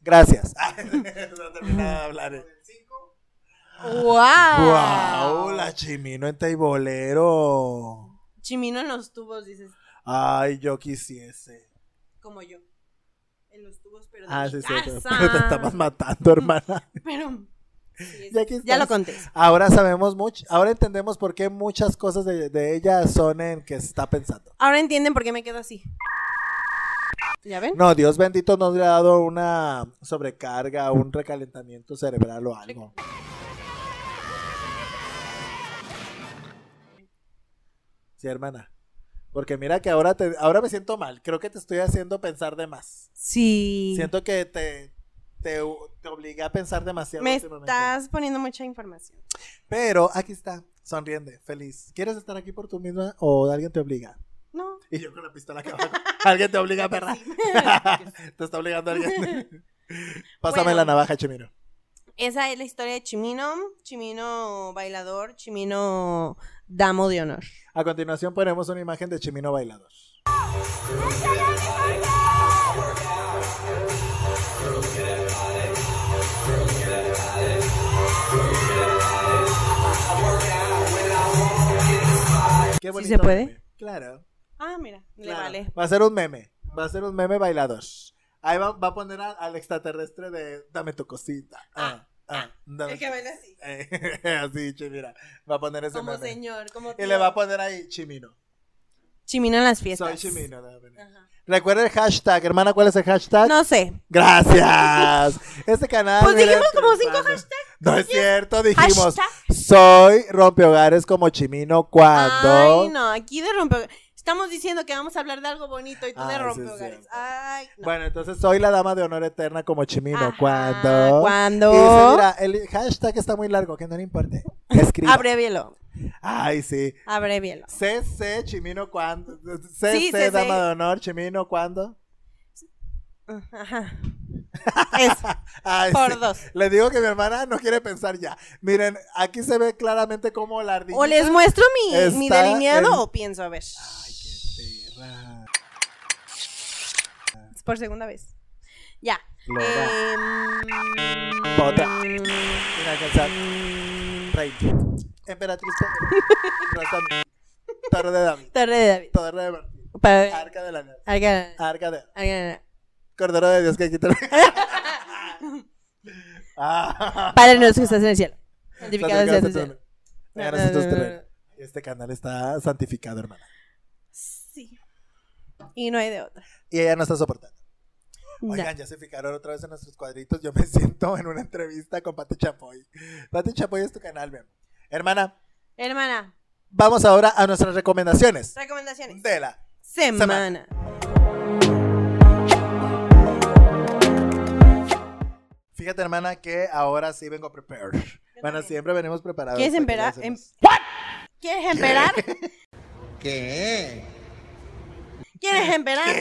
D: Gracias. no terminaba de hablar. eh.
B: Del 5,
C: ¡Wow!
D: ¡Wow! La Chimino en taibolero.
C: Chimino en los tubos, dices,
D: Ay, yo quisiese.
C: como yo. En los tubos, pero de
D: Ah,
C: mi
D: sí, sí.
C: casa.
D: Pero te estabas matando, hermana.
C: Pero, sí,
D: Ya que
C: ya lo
D: estás-
C: conté.
D: Ahora sabemos mucho. Ahora entendemos por qué muchas cosas de, de ella son en que está pensando.
C: Ahora entienden por qué me quedo así. ¿Ya ven?
D: No, Dios bendito nos le ha dado una sobrecarga, un recalentamiento cerebral o algo. Sí, hermana. Porque mira que ahora te, ahora me siento mal. Creo que te estoy haciendo pensar de más.
C: Sí.
D: Siento que te, te, te obligué a pensar demasiado.
C: me
D: últimamente.
C: estás poniendo mucha información.
D: Pero aquí está, sonriente, feliz. ¿Quieres estar aquí por tú misma o alguien te obliga?
C: No.
D: Y yo con la pistola acá abajo. Alguien te obliga, perra. te está obligando alguien. Pásame
C: Bueno.
D: la navaja, Chimiro.
C: Esa es la historia de Chimino, Chimino bailador, Chimino damo de honor.
D: A continuación ponemos una imagen de Chimino bailador. Qué bonito
C: se puede?
D: meme. Claro.
C: Ah, mira, le
D: claro.
C: vale.
D: Va a ser un meme. Va a ser un meme bailador. Ahí va, va a poner a- al extraterrestre de dame tu cosita. Ah, ah, dame tu-
C: baila así.
D: Eh, así, che, mira. Va a poner ese
C: Como
D: meme.
C: señor, como
D: Y le va a poner ahí Chimino.
C: Chimino en las fiestas.
D: Soy Chimino. la verdad.
C: Ajá.
D: Recuerda el hashtag, hermana, ¿cuál es el hashtag?
C: No sé.
D: Gracias. Este canal.
C: Pues
D: mira,
C: dijimos como cinco
D: triunfando. No es cierto, dijimos.
C: Hashtag.
D: Soy rompehogares como Chimino cuando.
C: Ay, no, aquí de rompe Estamos diciendo que vamos a hablar de algo bonito y tú
D: Ah, sí
C: de
D: es
C: rompehogares.
D: cierto.
C: Ay, no.
D: Bueno, entonces soy la dama de honor eterna como Chimino
C: Ajá,
D: cuando.
C: cuando-
D: Y dice, mira, el hashtag está muy largo, que no le importe. Escribe.
C: Abrevielo,
D: Ay, sí.
C: abrevielo.
D: CC Chimino cuando. CC
C: Sí, CC.
D: dama de honor Chimino cuando.
C: Ajá. Eso.
D: Ay,
C: Por
D: sí.
C: dos.
D: Les digo que mi hermana no quiere pensar ya. Miren, aquí se ve claramente cómo la ardilla.
C: O les muestro mi, mi
D: Está
C: delineado
D: en-
C: o pienso, a ver. Es por segunda vez. Ya.
D: Lo
C: Em,
D: Otra. Inalcanzable. Rey. Emperatriz. Rosa. Torre de David.
C: Torre de David.
D: Torre de Martín.
C: Pa-
D: Arca de la Nada.
C: Arca-
D: Arca de.
C: Arca-
D: Cordero de Dios que quita. ah,
C: Padre nuestro que estás en el cielo. Santificado sea
D: santificado
C: tu
D: sea tu
C: nombre.
D: nombre. Ahora sí, tus terrenos. Este canal está santificado, hermana.
C: Sí. Y no hay de otra.
D: Y ella no está soportando.
C: No.
D: Oigan, ya se fijaron otra vez en nuestros cuadritos. Yo me siento en una entrevista con Pati Chapoy. Pati Chapoy es tu canal, mi amor. Hermana,
C: Hermana,
D: vamos ahora a nuestras recomendaciones.
C: recomendaciones.
D: De la
C: Semana.
D: Fíjate, hermana, que ahora sí vengo prepared. Bueno,
C: también.
D: siempre venimos preparados.
C: ¿Quieres
D: porque ya
C: emperar? em-
D: hacemos-
C: ¿Quieres emperar? ¿Quieres emperar?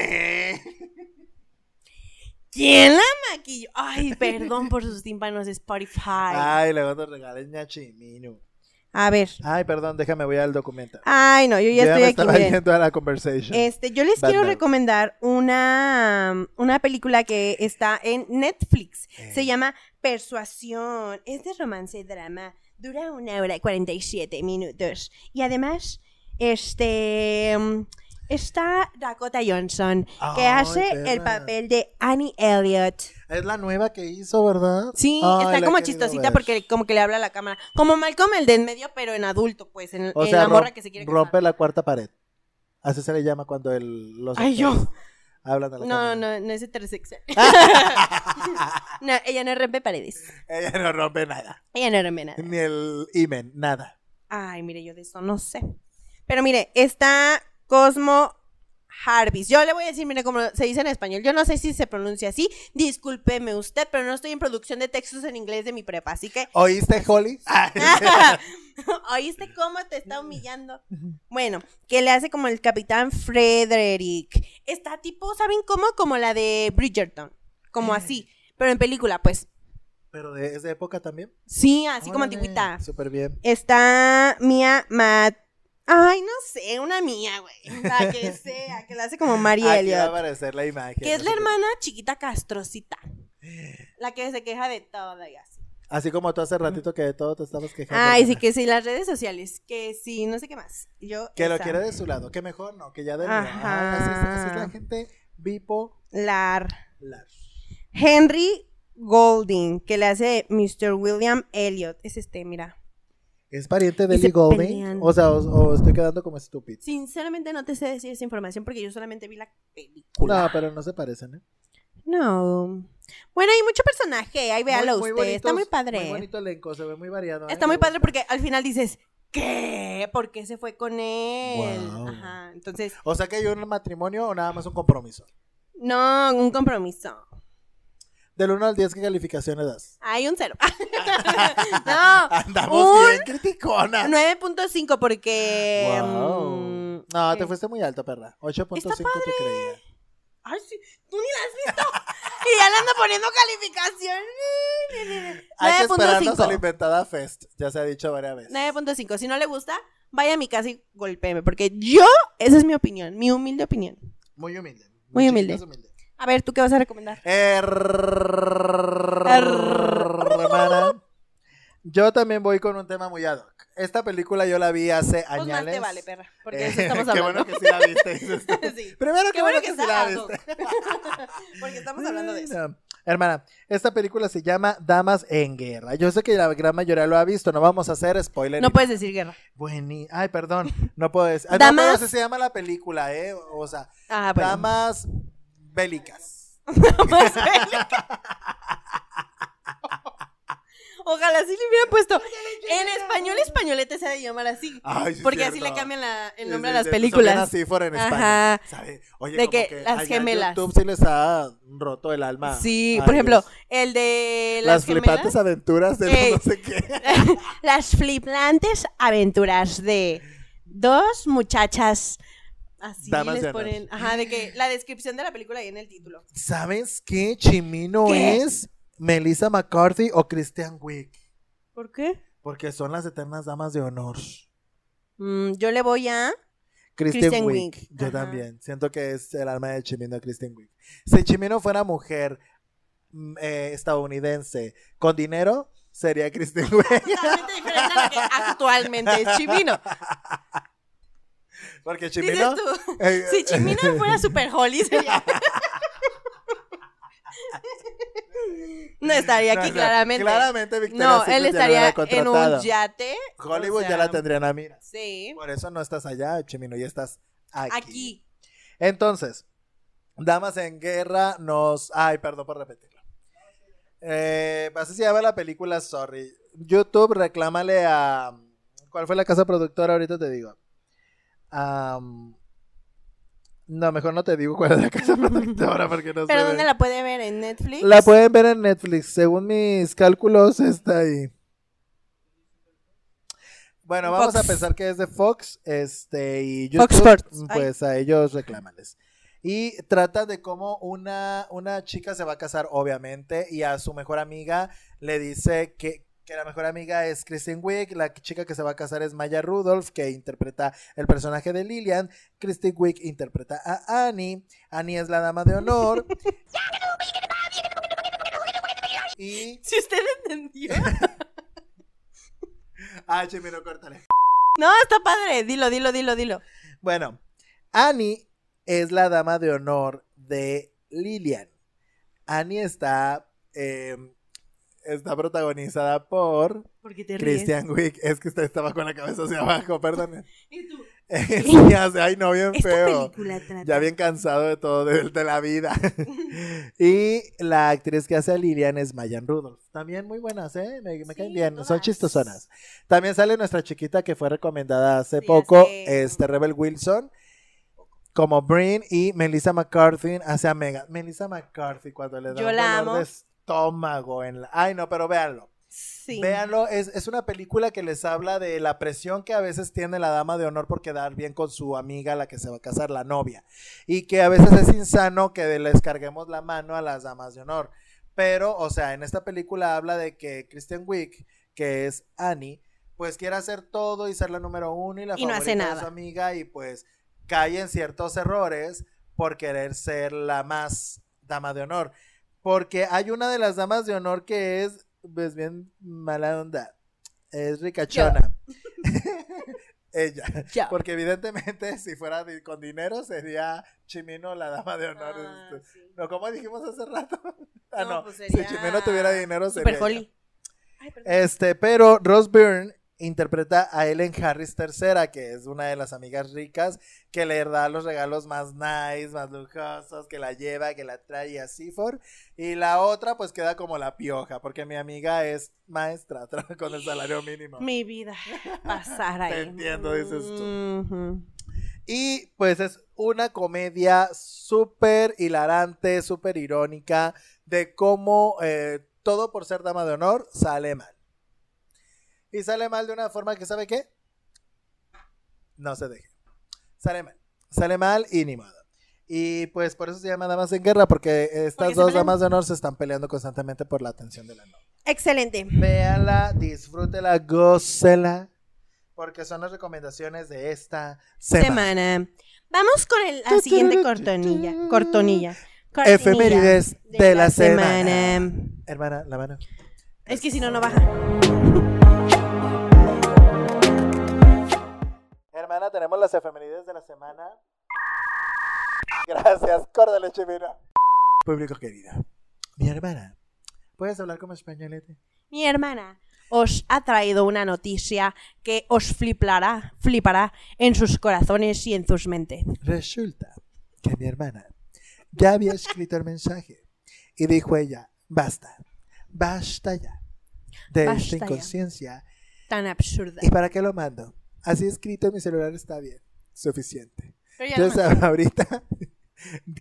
C: ¿Quién la maquilló? Ay, perdón por sus tímpanos de Spotify.
D: Ay, le voy a regalar ñachimino.
C: A ver.
D: Ay, perdón, déjame, voy al documento.
C: Ay, no, yo
D: Yo
C: ya estoy
D: me
C: aquí.
D: estaba
C: miren.
D: yendo a la conversation.
C: Este, yo les
D: Bad
C: quiero
D: Note.
C: recomendar una, una película que está en Netflix.
D: Eh.
C: Se llama Persuasión. Es de romance y drama. Dura una hora y 47 minutos. Y además, este. mm, Está Dakota Johnson, que
D: Ay,
C: hace el
D: perra.
C: papel de Annie Elliot.
D: Es la nueva que hizo, ¿verdad?
C: Sí,
D: Ay, la
C: está
D: he
C: como
D: querido
C: chistosita
D: ver.
C: porque como que le habla a la cámara. Como Malcolm el de en medio, pero en adulto, pues, en,
D: O
C: en
D: sea,
C: la morra
D: rom-
C: que se quiere
D: rompe
C: casar.
D: la cuarta pared. Así se le llama cuando el, los.
C: Ay, yo.
D: actores Hablan a la
C: No,
D: cámara. Ah.
C: no, no es heterosexual. no, ella no rompe paredes.
D: Ella no rompe nada.
C: Ella no rompe nada.
D: Ni el imen, nada.
C: Ay, mire, yo de eso no sé. Pero mire, está Cosmo Harvis. Yo le voy a decir, mire, como se dice en español. Yo no sé si se pronuncia así. Discúlpeme usted, pero no estoy en producción de textos en inglés de mi prepa, así que.
D: ¿Oíste, Holly? Ay,
C: ¿Oíste cómo te está humillando? Bueno, que le hace como el capitán Frederick. Está tipo, ¿saben cómo? Como la de Bridgerton. Como así. Pero en película, pues.
D: Pero de, es de época también.
C: Sí, así como
D: Órale,
C: antigüita.
D: Súper bien.
C: Está Mía Mat. Ay, no sé, una mía, güey. La que sea, que la hace como Mary
D: Aquí Ah, va a
C: Elliot.
D: aparecer la imagen.
C: Que es
D: no
C: la
D: sé qué.
C: hermana chiquita castrocita. La que se queja de todo y así.
D: Así como tú hace ratito que de todo te estabas quejando.
C: Ay, sí,
D: hermana.
C: que sí, las redes sociales. Que sí, no sé qué más. Yo.
D: Que lo
C: esa.
D: quiere de su lado. Que mejor no, que ya de
C: Ajá.
D: Así, es, así es la gente bipolar.
C: Lar. Henry Golding, que le hace Mr. William Elliot. Es este, mira.
D: ¿Es pariente de
C: Y se
D: Lee Golding?
C: pelean.
D: O sea, o, o estoy quedando como estúpido.
C: Sinceramente no te sé decir esa información porque yo solamente vi la película.
D: No, pero no se parecen, ¿eh?
C: No. Bueno, hay mucho personaje, ahí véalo
D: Muy- muy
C: usted, está muy
D: bonitos,
C: padre.
D: Muy bonito elenco, se ve muy variado. ¿eh?
C: está
D: Me
C: muy padre
D: gusta.
C: porque al final dices, ¿qué? ¿Por qué se fue con él?
D: Guau.
C: Ajá, entonces,
D: O sea, que hay un matrimonio o nada más un compromiso.
C: no, un compromiso.
D: Del 1 al 10, ¿qué calificaciones das?
C: Hay un cero.
D: Andamos
C: un
D: bien criticonas.
C: 9.5 porque...
D: Guau.
C: mm,
D: No, te
C: ¿Qué?
D: fuiste muy alto, perra. 8.5 te
C: padre.
D: creía.
C: Ay, sí, tú ni la has visto. y ya le anda poniendo calificación.
D: Hay que esperarnos a la
C: 9.5.
D: inventada Fest. Ya se ha dicho varias veces.
C: 9.5. Si no le gusta, vaya a mi casa y golpéeme. Porque yo, esa es mi opinión, mi humilde opinión.
D: Muy humilde.
C: Muy
D: chiquita,
C: humilde.
D: es humilde.
C: A ver, ¿tú qué vas a recomendar?
D: Hermana, yo también voy con un tema muy ad hoc. Esta película yo la vi hace
C: Pues
D: años.
C: más te vale, perra. Porque de eso estamos
D: Eh, Qué
C: hablando.
D: bueno que sí la viste. dices tú.
C: Sí.
D: Primero,
C: Qué bueno que
D: sí la
C: está ad hoc.
D: viste.
C: Porque estamos hablando de eso.
D: Bueno, Hermana, esta película se llama Damas en Guerra. Yo sé que la gran mayoría lo ha visto, no vamos a hacer spoiler.
C: No puedes decir guerra.
D: Bueni- Ay, perdón, no puedo decir. Ah, No,
C: Damas-
D: pero así se llama la película, ¿eh? O sea,
C: Ah, bueno.
D: Damas Bélicas.
C: Pues, Ojalá sí le Ah, hubieran puesto. En español, españolete se ha de llamar así.
D: Ay, sí,
C: porque
D: es
C: así le
D: cierto.
C: cambian la- el nombre a
D: Sí, sí,
C: las
D: sí, Sofiana
C: películas.
D: Sifor en
C: Ajá.
D: España. ¿sabe? Oye,
C: De
D: como
C: que
D: que,
C: las
D: allá
C: gemelas.
D: YouTube sí les ha roto el alma.
C: Sí,
D: a
C: por ejemplo,
D: ellos.
C: el de
D: las,
C: Ah, las,
D: flipantes
C: gemelas.
D: aventuras de
C: Ey.
D: no sé qué.
C: las flipantes aventuras de dos muchachas. Así
D: Damas de
C: les
D: honor.
C: ponen. Ajá, de que la descripción de la película ahí en el título.
D: ¿Sabes qué? Chimino
C: ¿Qué?
D: es Melissa McCarthy o Christian Wick.
C: ¿Por qué?
D: Porque son las eternas damas de honor.
C: Mm, yo le voy a.
D: Kristen,
C: Kristen
D: Wiig.
C: Wiig,
D: Yo
C: ajá.
D: también. Siento que es el alma de Chimino, Kristen Wiig. Si Chimino fuera mujer mm, eh, estadounidense con dinero, sería Kristen Wiig.
C: Totalmente diferente a lo que actualmente es Chimino.
D: Porque Chimino...
C: Dices tú.
D: eh,
C: Si Chimino fuera super holy sería. No estaría
D: no,
C: aquí,
D: no,
C: claramente.
D: Claramente Victoria
C: no,
D: Secret
C: él
D: ya la
C: estaría
D: hubiera
C: en un
D: contratado.
C: yate.
D: Hollywood
C: o sea,
D: ya la tendrían a mira.
C: Sí.
D: Por eso no estás allá, Chimino, ya estás
C: Aquí.
D: Entonces, Damas en Guerra nos... Ay, perdón por repetirlo. Eh, así se llama la película, sorry. YouTube, reclámale a... ¿Cuál fue la casa productora? Ahorita te digo. Am, No, mejor no te digo cuál es la casa productora porque no sé.
C: ¿Pero dónde la puede ver? ¿En Netflix?
D: La pueden ver en Netflix. Según mis cálculos, está ahí. Bueno, vamos
C: Fox.
D: a pensar que es de Fox. Este, y YouTube.
C: Fox Sports.
D: Pues a ellos reclámales. Y trata de cómo una, una chica se va a casar, obviamente, y a su mejor amiga le dice que, que la mejor amiga es Kristen Wiig, la chica que se va a casar es Maya Rudolph, que interpreta el personaje de Lillian, Kristen Wiig interpreta a Annie, Annie es la dama de honor. y...
C: Si usted entendió.
D: Ay, Chimino, córtale.
C: No, Ah, está padre. Dilo, dilo, dilo, dilo.
D: Bueno, Annie es la dama de honor de Lillian. Annie está, eh, está protagonizada por
C: Porque te ríes.
D: Christian Wick. Es que usted estaba con la cabeza hacia abajo, perdón.
C: ¿Y tú?
D: Sí, hace- ay, no, bien
C: Esta
D: feo.
C: película trata.
D: Ya bien cansado de todo, de, de la vida. y la actriz que hace a Lilian es Mayan Rudolph. También muy buenas, ¿eh? Me, me caen
C: Sí,
D: bien, son
C: todas.
D: chistosonas. También sale nuestra chiquita que fue recomendada hace
C: Sí,
D: poco,
C: hace-
D: este Rebel Wilson, como Bryn y Melissa McCarthy hace a Megan. Melissa McCarthy cuando le da
C: Yo
D: un
C: la
D: dolor
C: amo.
D: de estómago. En la... Ay, no, pero véanlo.
C: Sí.
D: Véanlo, es, es una película que les habla de la presión que a veces tiene la dama de honor por quedar bien con su amiga, la que se va a casar, la novia. Y que a veces es insano que les carguemos la mano a las damas de honor. Pero, o sea, en esta película habla de que Kristen Wiig, que es Annie, pues quiere hacer todo y ser la número uno y la
C: Y no hace
D: favorita de
C: nada.
D: su amiga y pues cae en ciertos errores por querer ser la más dama de honor. Porque hay una de las damas de honor que es, pues bien mala onda. Es ricachona. Ella.
C: Ya.
D: Porque evidentemente si fuera di- con dinero sería Chimino la dama de honor.
C: Ah,
D: este.
C: sí.
D: No, como dijimos hace rato. Ah,
C: No,
D: no.
C: pues
D: Si
C: sería
D: Chimino tuviera dinero sería.
C: Super
D: ella.
C: holy. Ay, perdón.
D: Este, pero Rose Byrne interpreta a Ellen Harris III, que es una de las amigas ricas que le da los regalos más nice, más lujosos, que la lleva, que la trae a Seafor. Y la otra, pues queda como la pioja, porque mi amiga es maestra tra- con el salario mínimo.
C: Mi vida pasar ahí.
D: entiendo, dices tú.
C: Ujú.
D: Y pues es una comedia súper hilarante, súper irónica de cómo eh, todo por ser dama de honor sale mal. Y sale mal de una forma que, ¿sabe qué? No se deje. Sale mal. Sale mal y ni modo. Y pues por eso se llama Damas en Guerra, porque estas
C: Porque se
D: dos
C: pelean.
D: damas de honor se están peleando constantemente por la atención de la novia.
C: Excelente.
D: Véanla, disfrútela, gócela, porque son las recomendaciones de esta semana.
C: Semana. Vamos con el, la siguiente cortonilla. Cortonilla. Cortinilla
D: Efemérides de, la, semana. Hermana, la mano.
C: Es que si no, no baja.
D: Hermana, tenemos las efemérides de la semana. Gracias, córdale, chivina. Público querido, mi hermana, ¿puedes hablar como españolete?
C: Mi hermana os ha traído una noticia que os flipará, flipará en sus corazones y en sus mentes.
D: Resulta que mi hermana ya había escrito el mensaje y dijo ella, basta, basta ya de
C: Basta
D: esta
C: ya.
D: inconsciencia.
C: Tan absurda.
D: ¿Y para qué lo mando? Así escrito en mi celular está bien, suficiente.
C: Pero ya no
D: Entonces ahorita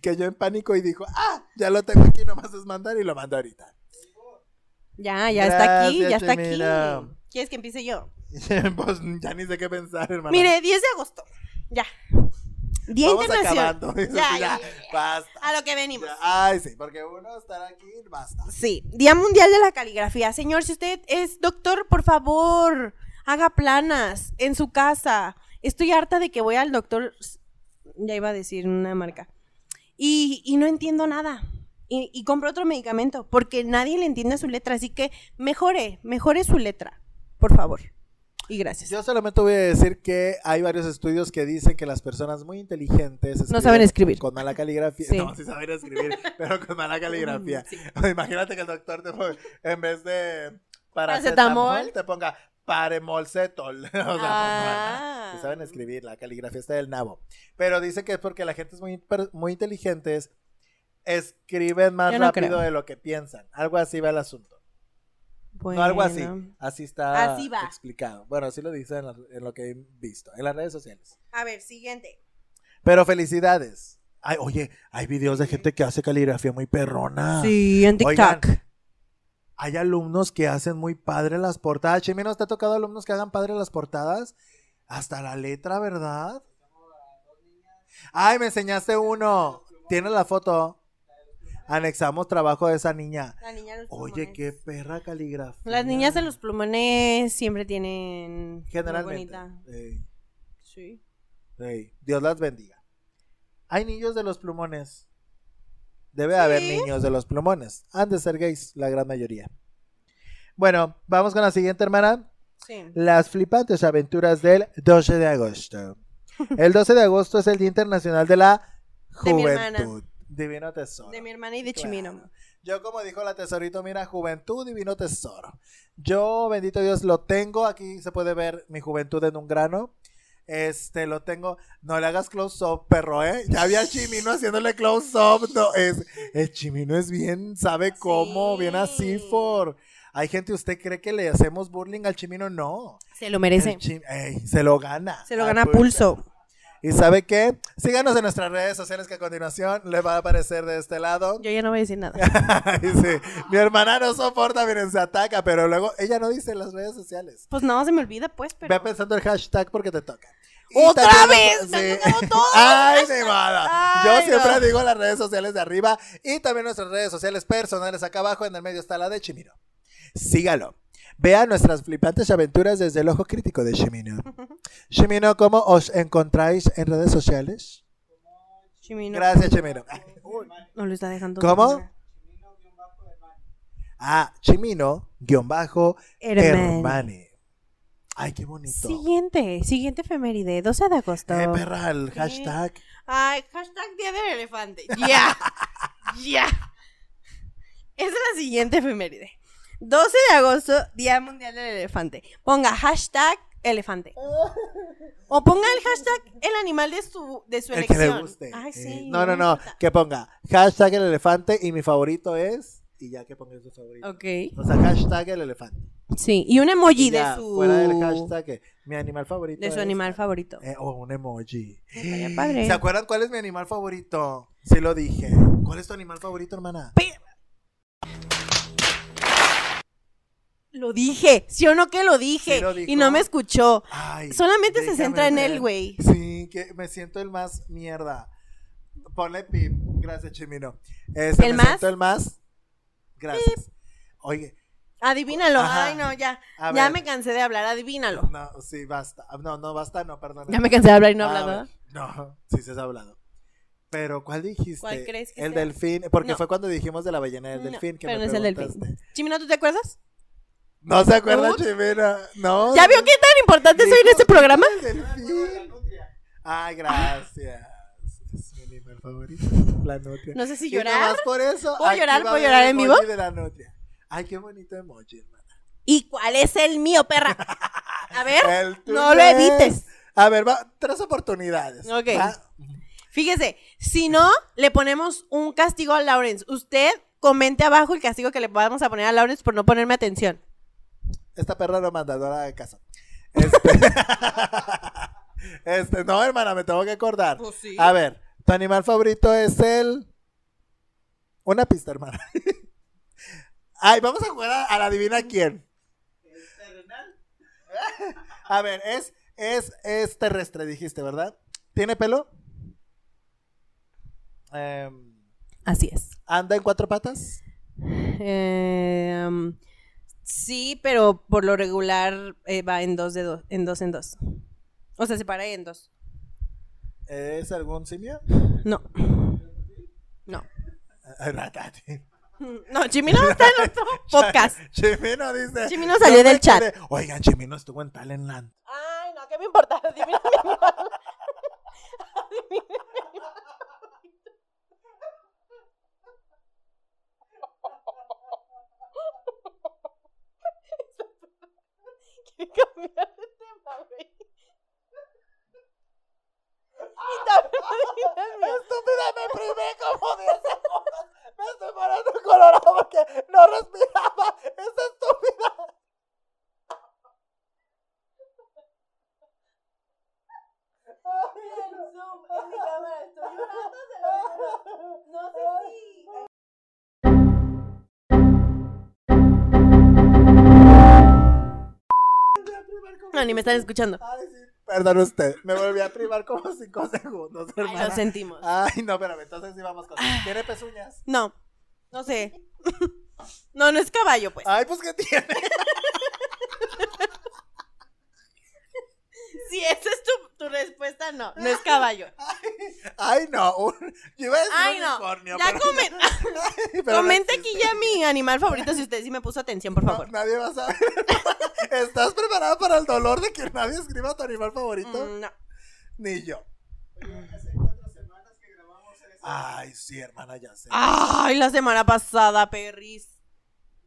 D: que yo en pánico y dijo, ah, ya lo tengo aquí, nomás es mandar y lo mando ahorita.
C: Ya, ya está aquí, ya
D: Gracias,
C: está aquí.
D: Chimino.
C: ¿Quieres que empiece yo?
D: pues ya ni sé qué pensar, hermano.
C: Mire, 10 de agosto. Ya. Día
D: Vamos
C: Internacional.
D: acabando. Eso
C: Ya, ya,
D: sí,
C: ya,
D: ya,
C: ya.
D: basta.
C: A lo que venimos.
D: Ya, Ay, sí, porque uno estar aquí, basta.
C: Sí, Día Mundial de la Caligrafía. Señor, si usted es doctor, por favor, haga planas en su casa. Estoy harta de que voy al doctor, ya iba a decir una marca, y, y no entiendo nada. Y, y compro otro medicamento, porque nadie le entiende su letra. Así que mejore, mejore su letra, por favor. Y gracias.
D: Yo solamente voy a decir que hay varios estudios que dicen que las personas muy inteligentes
C: No saben escribir.
D: con mala caligrafía.
C: Sí. Mm,
D: No, sí saben escribir, pero con mala caligrafía. Imagínate que el doctor te ponga, en vez de
C: Paracetamol.
D: paracetamol, te ponga paremolcetol. o sea, pues,
C: Ah.
D: no, no, sí saben escribir, la caligrafía está del nabo. Pero dice que es porque la gente es muy, per- muy inteligente, es- escriben más
C: Yo no
D: rápido
C: creo.
D: de lo que piensan. Algo así va el asunto.
C: Bueno.
D: No, algo así. Así está
C: Así va.
D: explicado. Bueno, así lo dice en, la- en lo que he visto, en las redes sociales.
C: A ver, siguiente.
D: Pero felicidades. Ay, oye, hay videos de gente que hace caligrafía muy perrona.
C: Sí, en
D: Oigan.
C: TikTok.
D: Hay alumnos que hacen muy padre las portadas. Chimino, ¿te ha tocado alumnos que hagan padre las portadas? Hasta la letra, ¿verdad? Ay, me enseñaste uno. Tienes la foto. Anexamos trabajo de esa niña.
C: La niña de los
D: Oye,
C: pulmones.
D: qué perra caligrafía.
C: Las niñas de los plumones siempre tienen. muy
D: Generalmente.
C: bonita.
D: eh,
C: Sí.
D: Ey, Dios las bendiga. Hay niños de los plumones. Debe haber niños de los plumones. Han de ser gays, la gran mayoría. Bueno, vamos con la siguiente hermana.
C: Sí.
D: Las flipantes aventuras del 12 de agosto. El 12 de agosto es el Día Internacional de la
C: De mi hermana.
D: Juventud. Divino tesoro.
C: De mi hermana y de
D: Claro.
C: Chimino.
D: Yo como dijo la tesorito, mira, juventud, divino tesoro. Yo, bendito Dios, lo tengo. Aquí se puede ver mi juventud en un grano. Este, lo tengo. No le hagas close-up, perro, ¿eh? Ya había Chimino haciéndole close-up. No, es, el Chimino es bien, sabe cómo,
C: Sí.
D: bien así, for. Hay gente, ¿usted cree que le hacemos burling al Chimino? No.
C: Se lo
D: El Ah,
C: merece.
D: Chim- ey, se lo gana.
C: Se lo
D: A
C: gana a pulso.
D: ¿Y sabe qué? Síganos en nuestras redes sociales que a continuación le va a aparecer de este lado.
C: Yo ya no voy a decir nada.
D: Ay, sí. Mi hermana no soporta, miren, se ataca, pero luego ella no dice en las redes sociales.
C: Pues no, se me olvida, pues, pero.
D: Ve pensando el hashtag porque te toca.
C: ¡Otra
D: también-
C: vez! ¡Me han tocado todos
D: ¡Ay,
C: los
D: mi
C: hashtags!
D: madre! Yo
C: ¡Ay,
D: siempre
C: no!
D: digo las redes sociales de arriba y también nuestras redes sociales personales acá abajo. En el medio está la de Chimino. Sígalo. Vea nuestras flipantes aventuras desde el ojo crítico de Chimino. Chimino, ¿cómo os encontráis en redes sociales?
C: Chimino.
D: Gracias, Chimino.
C: No lo está dejando.
D: ¿Cómo?
C: nada.
D: Ah, Chimino, guión bajo,
C: Hermano.
D: Hermane. Ay, qué bonito.
C: Siguiente. Siguiente efeméride. 12 de agosto.
D: Eh, perra, el hashtag.
C: Ay, hashtag día del elefante. Ya. Ya. Esa es la siguiente efeméride. 12 de agosto, Día Mundial del Elefante. Ponga hashtag elefante. O ponga el hashtag el animal de su, de su
D: el que
C: elección.
D: le guste.
C: Ay,
D: Eh,
C: sí.
D: no, no, no. Que ponga hashtag el elefante y mi favorito es. Y ya que ponga su favorito.
C: Ok.
D: O sea, hashtag el elefante.
C: Sí, y un emoji de
D: ya,
C: su,
D: Fuera del hashtag, eh, mi animal favorito.
C: de su
D: es-
C: animal favorito.
D: Eh, o un emoji.
C: Estaría padre.
D: ¿Se acuerdan cuál es mi animal favorito? Sí lo dije. ¿Cuál es tu animal favorito, hermana?
C: Pe- Lo dije, ¿sí o no que lo dije?
D: Sí lo
C: y no
D: dijo.
C: me escuchó.
D: Ay,
C: Solamente se
D: déjame
C: centra en
D: ver.
C: él, güey.
D: Sí, que me siento el más mierda. Ponle pip. Gracias, Chimino. Este,
C: ¿El
D: me
C: más?
D: siento el más. Gracias. Oye,
C: Adivínalo.
D: Ajá.
C: Ay, no, ya.
D: A
C: ya
D: ver.
C: me cansé de hablar, adivínalo.
D: no, sí, basta. No, no, basta, no, perdón.
C: Ya me cansé de hablar y no he
D: Ah,
C: hablado.
D: bueno. No, sí se has hablado. Pero, ¿cuál dijiste?
C: ¿Cuál crees que
D: El
C: sea?
D: delfín, porque
C: No.
D: fue cuando dijimos de la ballena del
C: No,
D: delfín que
C: pero
D: me
C: no es el delfín.
D: preguntaste.
C: Chimino, ¿tú te acuerdas?
D: No se acuerda,
C: Ups.
D: Chimena. No.
C: ¿Ya vio qué tan importante soy en
D: Dijo,
C: este programa?
D: El delfín. Ay, gracias. Es mi animal favorito, la nutria.
C: No sé si
D: Y nada
C: llorar.
D: más por eso.
C: ¿Puedo
D: aquí
C: llorar?
D: va a
C: ¿Puedo
D: haber
C: llorar
D: el
C: en
D: emoji
C: vivo?
D: de la nutria. Ay, qué bonito emoji, hermana.
C: ¿Y cuál es el mío, perra? A ver,
D: El
C: Eh, no lo
D: Pues,
C: evites.
D: A ver, va, tres oportunidades.
C: Ok.
D: Va.
C: Fíjese, si no, le ponemos un castigo a Lawrence. Usted comente abajo el castigo que le vamos a poner a Lawrence por no ponerme atención.
D: Esta perra no mandadora de casa. Este... este, no, hermana, me tengo que acordar. A ver, tu animal favorito es el. Una pista, hermana. Ay, vamos a jugar a, a la adivina quién. A ver, es, es, es terrestre, dijiste, ¿verdad? ¿Tiene pelo? Em,
C: Así es.
D: ¿Anda en cuatro patas?
C: Em, sí, pero por lo regular eh, va en dos de dos, en dos en dos. O sea, se para en dos.
D: ¿Es algún simio?
C: No. No.
D: Ratate.
C: No, Chimino está en otro podcast.
D: Chimino dice.
C: Chimino salió
D: "Yo me
C: del chat".
D: quedé". Oigan, Chimino estuvo en Talentland.
C: Ay, no, ¿qué me importa? Adivina mi animal. Adivina mi animal. Quiero cambiar de tema, güey. Y también adivinas mi
D: Estúpida, me primé como 10 segundos. Me estoy poniendo colorado porque no respiraba. Esta estúpida.
C: en Zoom, en mi cámara, estoy llorando de la No sé si. No, ni me están escuchando.
D: Ay, sí. Perdón usted, me volví a privar como 5 segundos,
C: Ay,
D: hermana.
C: lo Ah. sentimos.
D: Ay, no, espérame, entonces sí vamos con... ¿Tiene pezuñas?
C: No, no sé. No, no es caballo, pues.
D: Ay, pues ¿qué tiene?
C: Si esa es tu, tu respuesta, no, no es caballo.
D: Ay, no, un... yo iba a decir
C: Ay, no.
D: unicornio.
C: Ya
D: pero-
C: comen-
D: Ay, pero no
C: Comente aquí
D: existe.
C: ya mi animal favorito si usted sí me puso atención, por
D: No,
C: favor.
D: nadie va a saber. ¿Estás preparada para el dolor de que nadie escriba tu animal favorito?
C: Mm, No.
D: Ni yo.
B: Hace cuatro semanas que grabamos eso.
D: Ay, sí, hermana, ya sé.
C: Ah, Ay, la semana pasada, perris.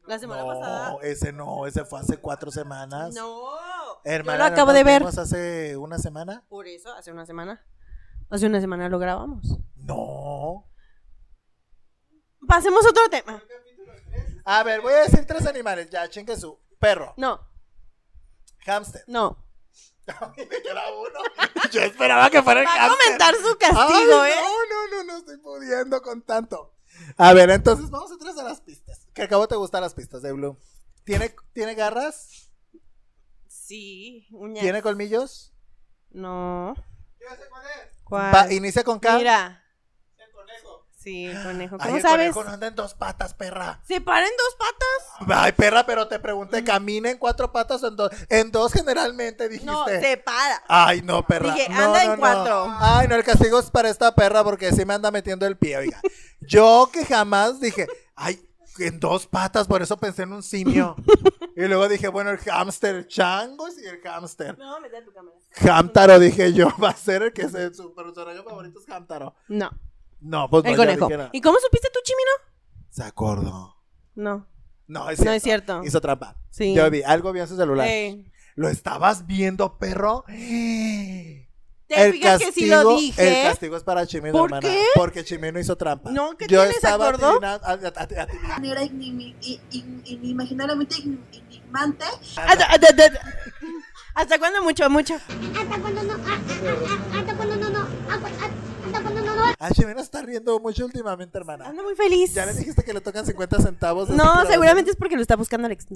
C: La semana
D: no,
C: pasada.
D: ese no, ese fue hace cuatro semanas.
C: No.
D: Hermana,
C: Yo lo
D: ¿no
C: acabo
D: nos
C: de ver.
D: vimos hace una semana?
C: Por eso, hace una semana. Hace una semana lo grabamos.
D: No.
C: Pasemos a otro tema.
D: A ver, voy a decir tres animales. Ya, chingue su. Perro,
C: No,
D: hámster.
C: no.
D: Me queda uno. Yo esperaba que fuera el
C: Va a
D: hámster.
C: comentar su castigo,
D: Ay,
C: ¿eh?
D: No, no, no, no estoy pudiendo con tanto. A ver, entonces vamos a tres a las pistas. Que acabo te gustan las pistas de Blue. ¿Tiene, ¿tiene garras?
C: Sí, uña.
D: ¿Tiene colmillos?
C: No.
B: Yo sé cuál es,
C: ¿Cuál?
D: Va- inicia con K.
C: Mira.
B: el conejo.
C: Sí, el conejo.
D: Ay,
C: ¿Cómo
D: el
C: sabes?
D: conejo no anda en dos patas, perra.
C: ¿Se para en dos patas?
D: Ay, perra, pero te pregunté, ¿camina en cuatro patas o en dos? En dos generalmente dijiste.
C: Mm. No, se para.
D: Ay, no, perra.
C: Dije,
D: No,
C: anda en
D: no, no.
C: cuatro.
D: Ay, no, el castigo es para esta perra porque sí me anda metiendo el pie, oiga. Yo que jamás dije, ay, en dos patas, por eso pensé en un simio. Y luego dije, bueno, el hámster, el chango y el hámster.
C: No, mete tu cámara.
D: Hamtaro, dije yo, va a ser el que se, su personaje favorito es Hamtaro.
C: No,
D: No, pues no,
C: el
D: ya
C: conejo.
D: dije, no.
C: ¿Y cómo supiste tú, Chimino?
D: Se acordó.
C: No.
D: No, es cierto.
C: No es cierto.
D: Hizo trampa.
C: Sí.
D: Yo vi, algo vi en su celular.
C: Ey.
D: ¿Lo estabas viendo, perro?
C: ¿Te fijas que sí lo dije?
D: El castigo es para Chimino,
C: ¿Por
D: hermana.
C: qué?
D: Porque Chimino hizo trampa.
C: No, ¿qué
D: Yo
C: tiene? ¿Se
D: estaba
C: acordó?
D: adivinando- a- a- a- adivinando.
G: manera ignimi- i- in- inimaginablemente ign- enigmante
C: Hasta, hasta- hasta- ah, hasta cuándo mucho, mucho.
H: hasta cuando no, ah, ah, ah, hasta cuando no, no, ah, cu- ah, hasta cuando no, no.
D: Ah, Chimino está riendo mucho últimamente, hermana.
C: Ando muy feliz.
D: Ya le dijiste que le tocan 50 centavos. de
C: Ah, No,
D: ciclo de- Ah.
C: seguramente es porque lo está buscando Alex.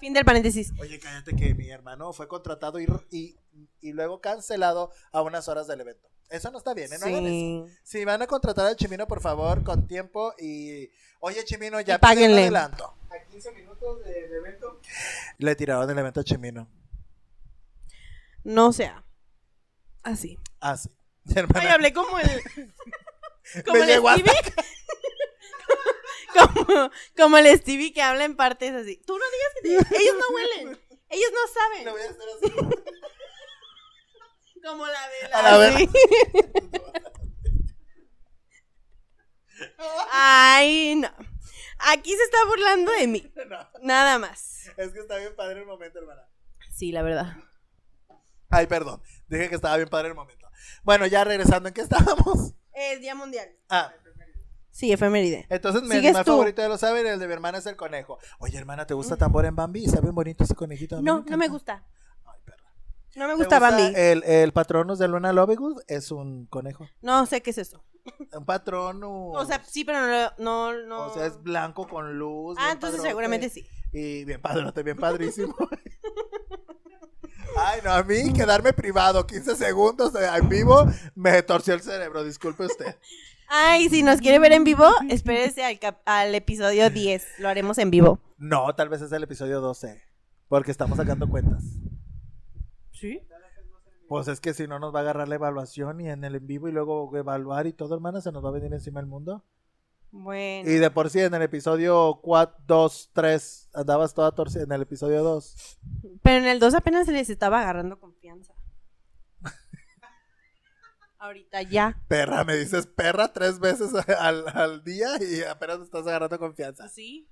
C: Fin del paréntesis.
D: Oye, cállate que mi hermano fue contratado y, y, y luego cancelado a unas horas del evento. Eso no está bien, ¿eh? No hagan eso.
C: Sí.
D: Si van a contratar al Chimino, por favor, con tiempo y... Oye, Chimino, ya
C: Y páguenle.
D: pide un adelanto.
B: A 15 minutos del evento,
D: Le tiraron el evento a Chimino.
C: No sea. Así.
D: Ah, sí. Mi hermana-
C: Ay, hablé como el. Como
D: Me
C: el
D: llegó a
C: Stevie. como, como el Stevie que habla en partes así. Tú no digas que te- Ellos no huelen. Ellos no
D: Le
C: saben.
D: voy a hacer así.
C: Como la de
D: A la
C: la.
D: ver-
C: sí. Ay, no. Aquí se está burlando de mí.
D: No,
C: Nada más.
D: es que está bien padre el momento, hermana.
C: Sí, la verdad.
D: Ay, perdón. Dije que estaba bien padre el momento. Bueno, ya regresando, ¿en qué estábamos?
C: Es Día Mundial.
D: Ah,
C: Sí, efeméride.
D: entonces mi
C: Sigues
D: animal
C: tú. Mm.
D: favorito de los saben, el de mi hermana es el conejo. Oye, hermana, ¿te gusta tambor en Bambi? ¿Está bien bonito ese conejito? A mí
C: No, no me
D: encanta. eh,
C: gusta.
D: Ay, perra.
C: No me
D: ¿Te
C: gusta Bambi.
D: El, el patronus de Luna Lovegood es un conejo.
C: No sé qué es eso.
D: Un patronus.
C: O sea, sí, pero no. no, no-
D: O sea, es blanco con luz.
C: Ah,
D: bien
C: entonces
D: padrote.
C: seguramente sí.
D: Y bien padrote, bien padrísimo. Ay, no, a mí quedarme privado 15 segundos de- en vivo me torció el cerebro, disculpe usted.
C: Ay, si nos quiere ver en vivo, espérese al, cap- al episodio 10. Lo haremos en vivo.
D: No, tal vez es el episodio 12, porque estamos sacando cuentas.
C: ¿Sí?
D: Pues es que si no nos va a agarrar la evaluación y en el en vivo y luego evaluar y todo, hermana, se nos va a venir encima el mundo.
C: Bueno.
D: Y de por sí, en el episodio 4, 2, 3, andabas toda torcida. En el episodio 2.
C: Pero en el 2 apenas se les estaba agarrando confianza. Ahorita ya.
D: Perra, me dices perra tres veces al, al día y apenas me estás agarrando confianza.
C: Sí.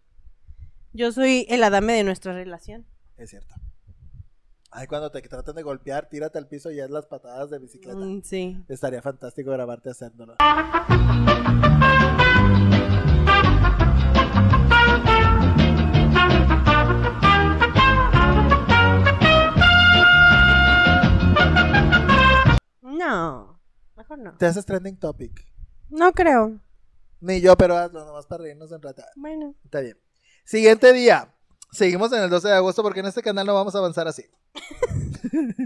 C: Yo soy el adame de nuestra relación.
D: Es cierto. Ay, cuando te tratan de golpear, tírate al piso y haz las patadas de bicicleta.
C: Mm, sí.
D: Estaría fantástico grabarte haciéndolo.
C: No. Mejor no.
D: Te haces trending topic.
C: No creo.
D: Ni yo, pero hazlo nomás para reírnos un rato.
C: Bueno.
D: Está bien. Siguiente día. Seguimos en el 12 de agosto porque en este canal no vamos a avanzar así.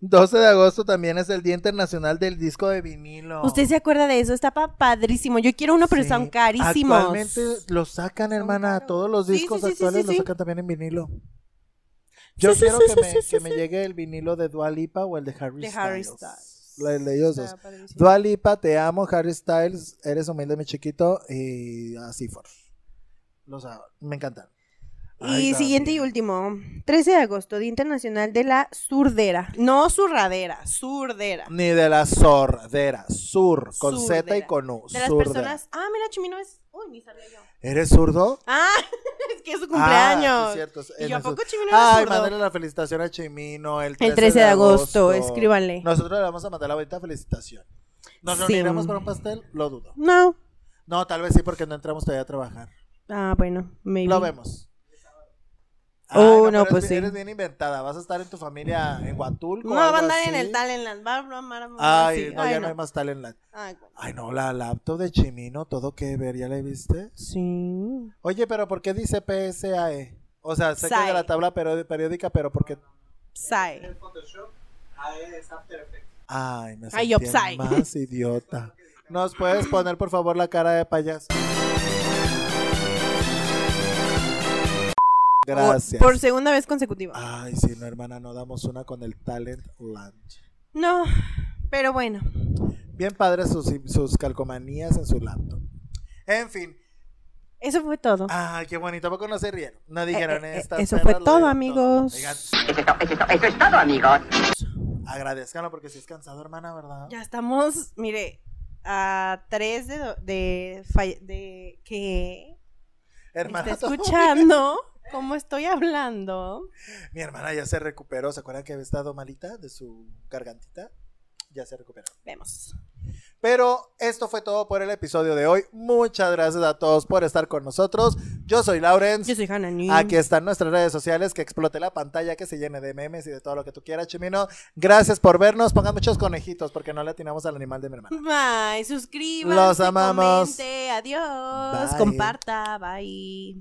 D: 12 de agosto también es el Día Internacional del Disco de Vinilo.
C: ¿Usted se acuerda de eso? Estaba padrísimo. Yo quiero uno, pero
D: Sí.
C: están carísimos.
D: Actualmente los sacan, hermana.
C: caros.
D: Todos los
C: Sí,
D: discos
C: sí, sí, sí,
D: actuales
C: sí,
D: los
C: sí.
D: sacan también en vinilo. Yo
C: sí,
D: quiero
C: sí,
D: que,
C: sí,
D: me,
C: sí,
D: que
C: sí,
D: me
C: sí.
D: llegue el vinilo de Dua Lipa o el de Harry
C: De
D: Styles.
C: Harry Styles. Ah, pues
D: La- el de ellos dos.
C: Estaba padrísimo.
D: Dua Lipa, te amo. Harry Styles, eres humilde, mi chiquito. Y así for. Los amo. Me encantan. Ay,
C: Y siguiente y
D: también.
C: último, 13 de agosto, Día Internacional de la Surdera. No zurradera, surdera.
D: Ni de la sordera. Sur, con Z y
C: Surdera.
D: con U.
C: De las
D: surdera.
C: personas. Ah, mira, Chimino es. Uy, ni sabía yo.
D: ¿Eres zurdo?
C: Ah, es que es su
D: Ah, sí,
C: cumpleaños.
D: cierto.
C: y
D: En
C: yo, ¿a
D: esos-
C: poco Chimino era
D: Ay,
C: zurdo?
D: mándale la felicitación a Chimino el 13,
C: El 13 de agosto, escríbanle.
D: Nosotros le vamos a mandar la bonita felicitación. ¿Nos
C: Sí.
D: reuniremos para un pastel? Lo dudo.
C: No.
D: No, tal vez sí, porque no entramos todavía a trabajar.
C: Ah, bueno, maybe.
D: Lo vemos.
C: Oh, no,
D: pero eres
C: pues
D: bien-
C: sí.
D: Eres bien inventada. Vas a estar en tu familia en Huatulco.
C: No,
D: o algo
C: va a andar en
D: así.
C: el Talentland. Va a bromar. va a
D: Ay,
C: sí.
D: no, ya no. hay más talent. Land.
C: Ay, güey.
D: Ay, no, la laptop de Chimino, todo que ver, ¿ya la viste?
C: Sí.
D: Oye, pero ¿por qué dice PSAE? E? O sea, sé que es de
C: Sae.
D: la tabla pero- periódica, pero ¿por qué
C: Psy.
B: el Photoshop, a él es After Effects.
D: Ay, me
C: Ay,
D: sentí el
C: Opsai.
D: más idiota. ¿Nos puedes poner, por favor, la cara de payaso? Gracias.
C: Oh,
D: Ah.
C: Por segunda vez consecutiva.
D: Ay, si no, hermana, no damos una con el Talent Lunch.
C: No, pero bueno.
D: Bien padres sus, sus calcomanías en su laptop. En fin.
C: Eso fue todo.
D: Ay, qué bonito. ¿A poco no se rieron? No dijeron
C: Eh, eh, eh,
D: estas
C: eso
D: perras
C: fue
D: lo
C: todo,
D: dieron
C: amigos.
D: Oigan,
I: Eso es todo, amigos.
D: agradezcanlo porque si es cansado, hermana, ¿verdad?
C: Ya estamos, mire, a tres de, do- de, fall- de que me
D: Hermana,
C: está
D: todo-
C: escuchando cómo estoy hablando.
D: Mi hermana ya se recuperó. ¿Se acuerdan que había estado malita de su gargantita? Ya se recuperó.
C: Vemos.
D: Pero esto fue todo por el episodio de hoy. Muchas gracias a todos por estar con nosotros. Yo soy Laurence.
C: Yo soy Hanani.
D: Aquí están nuestras redes sociales, que explote la pantalla, que se llene de memes y de todo lo que tú quieras, Chimino. Gracias por vernos. Pongan muchos conejitos porque no le atinamos al animal de mi hermana.
C: Bye, suscríbanse,
D: Los amamos.
C: comente, adiós,
D: Bye.
C: comparta, bye.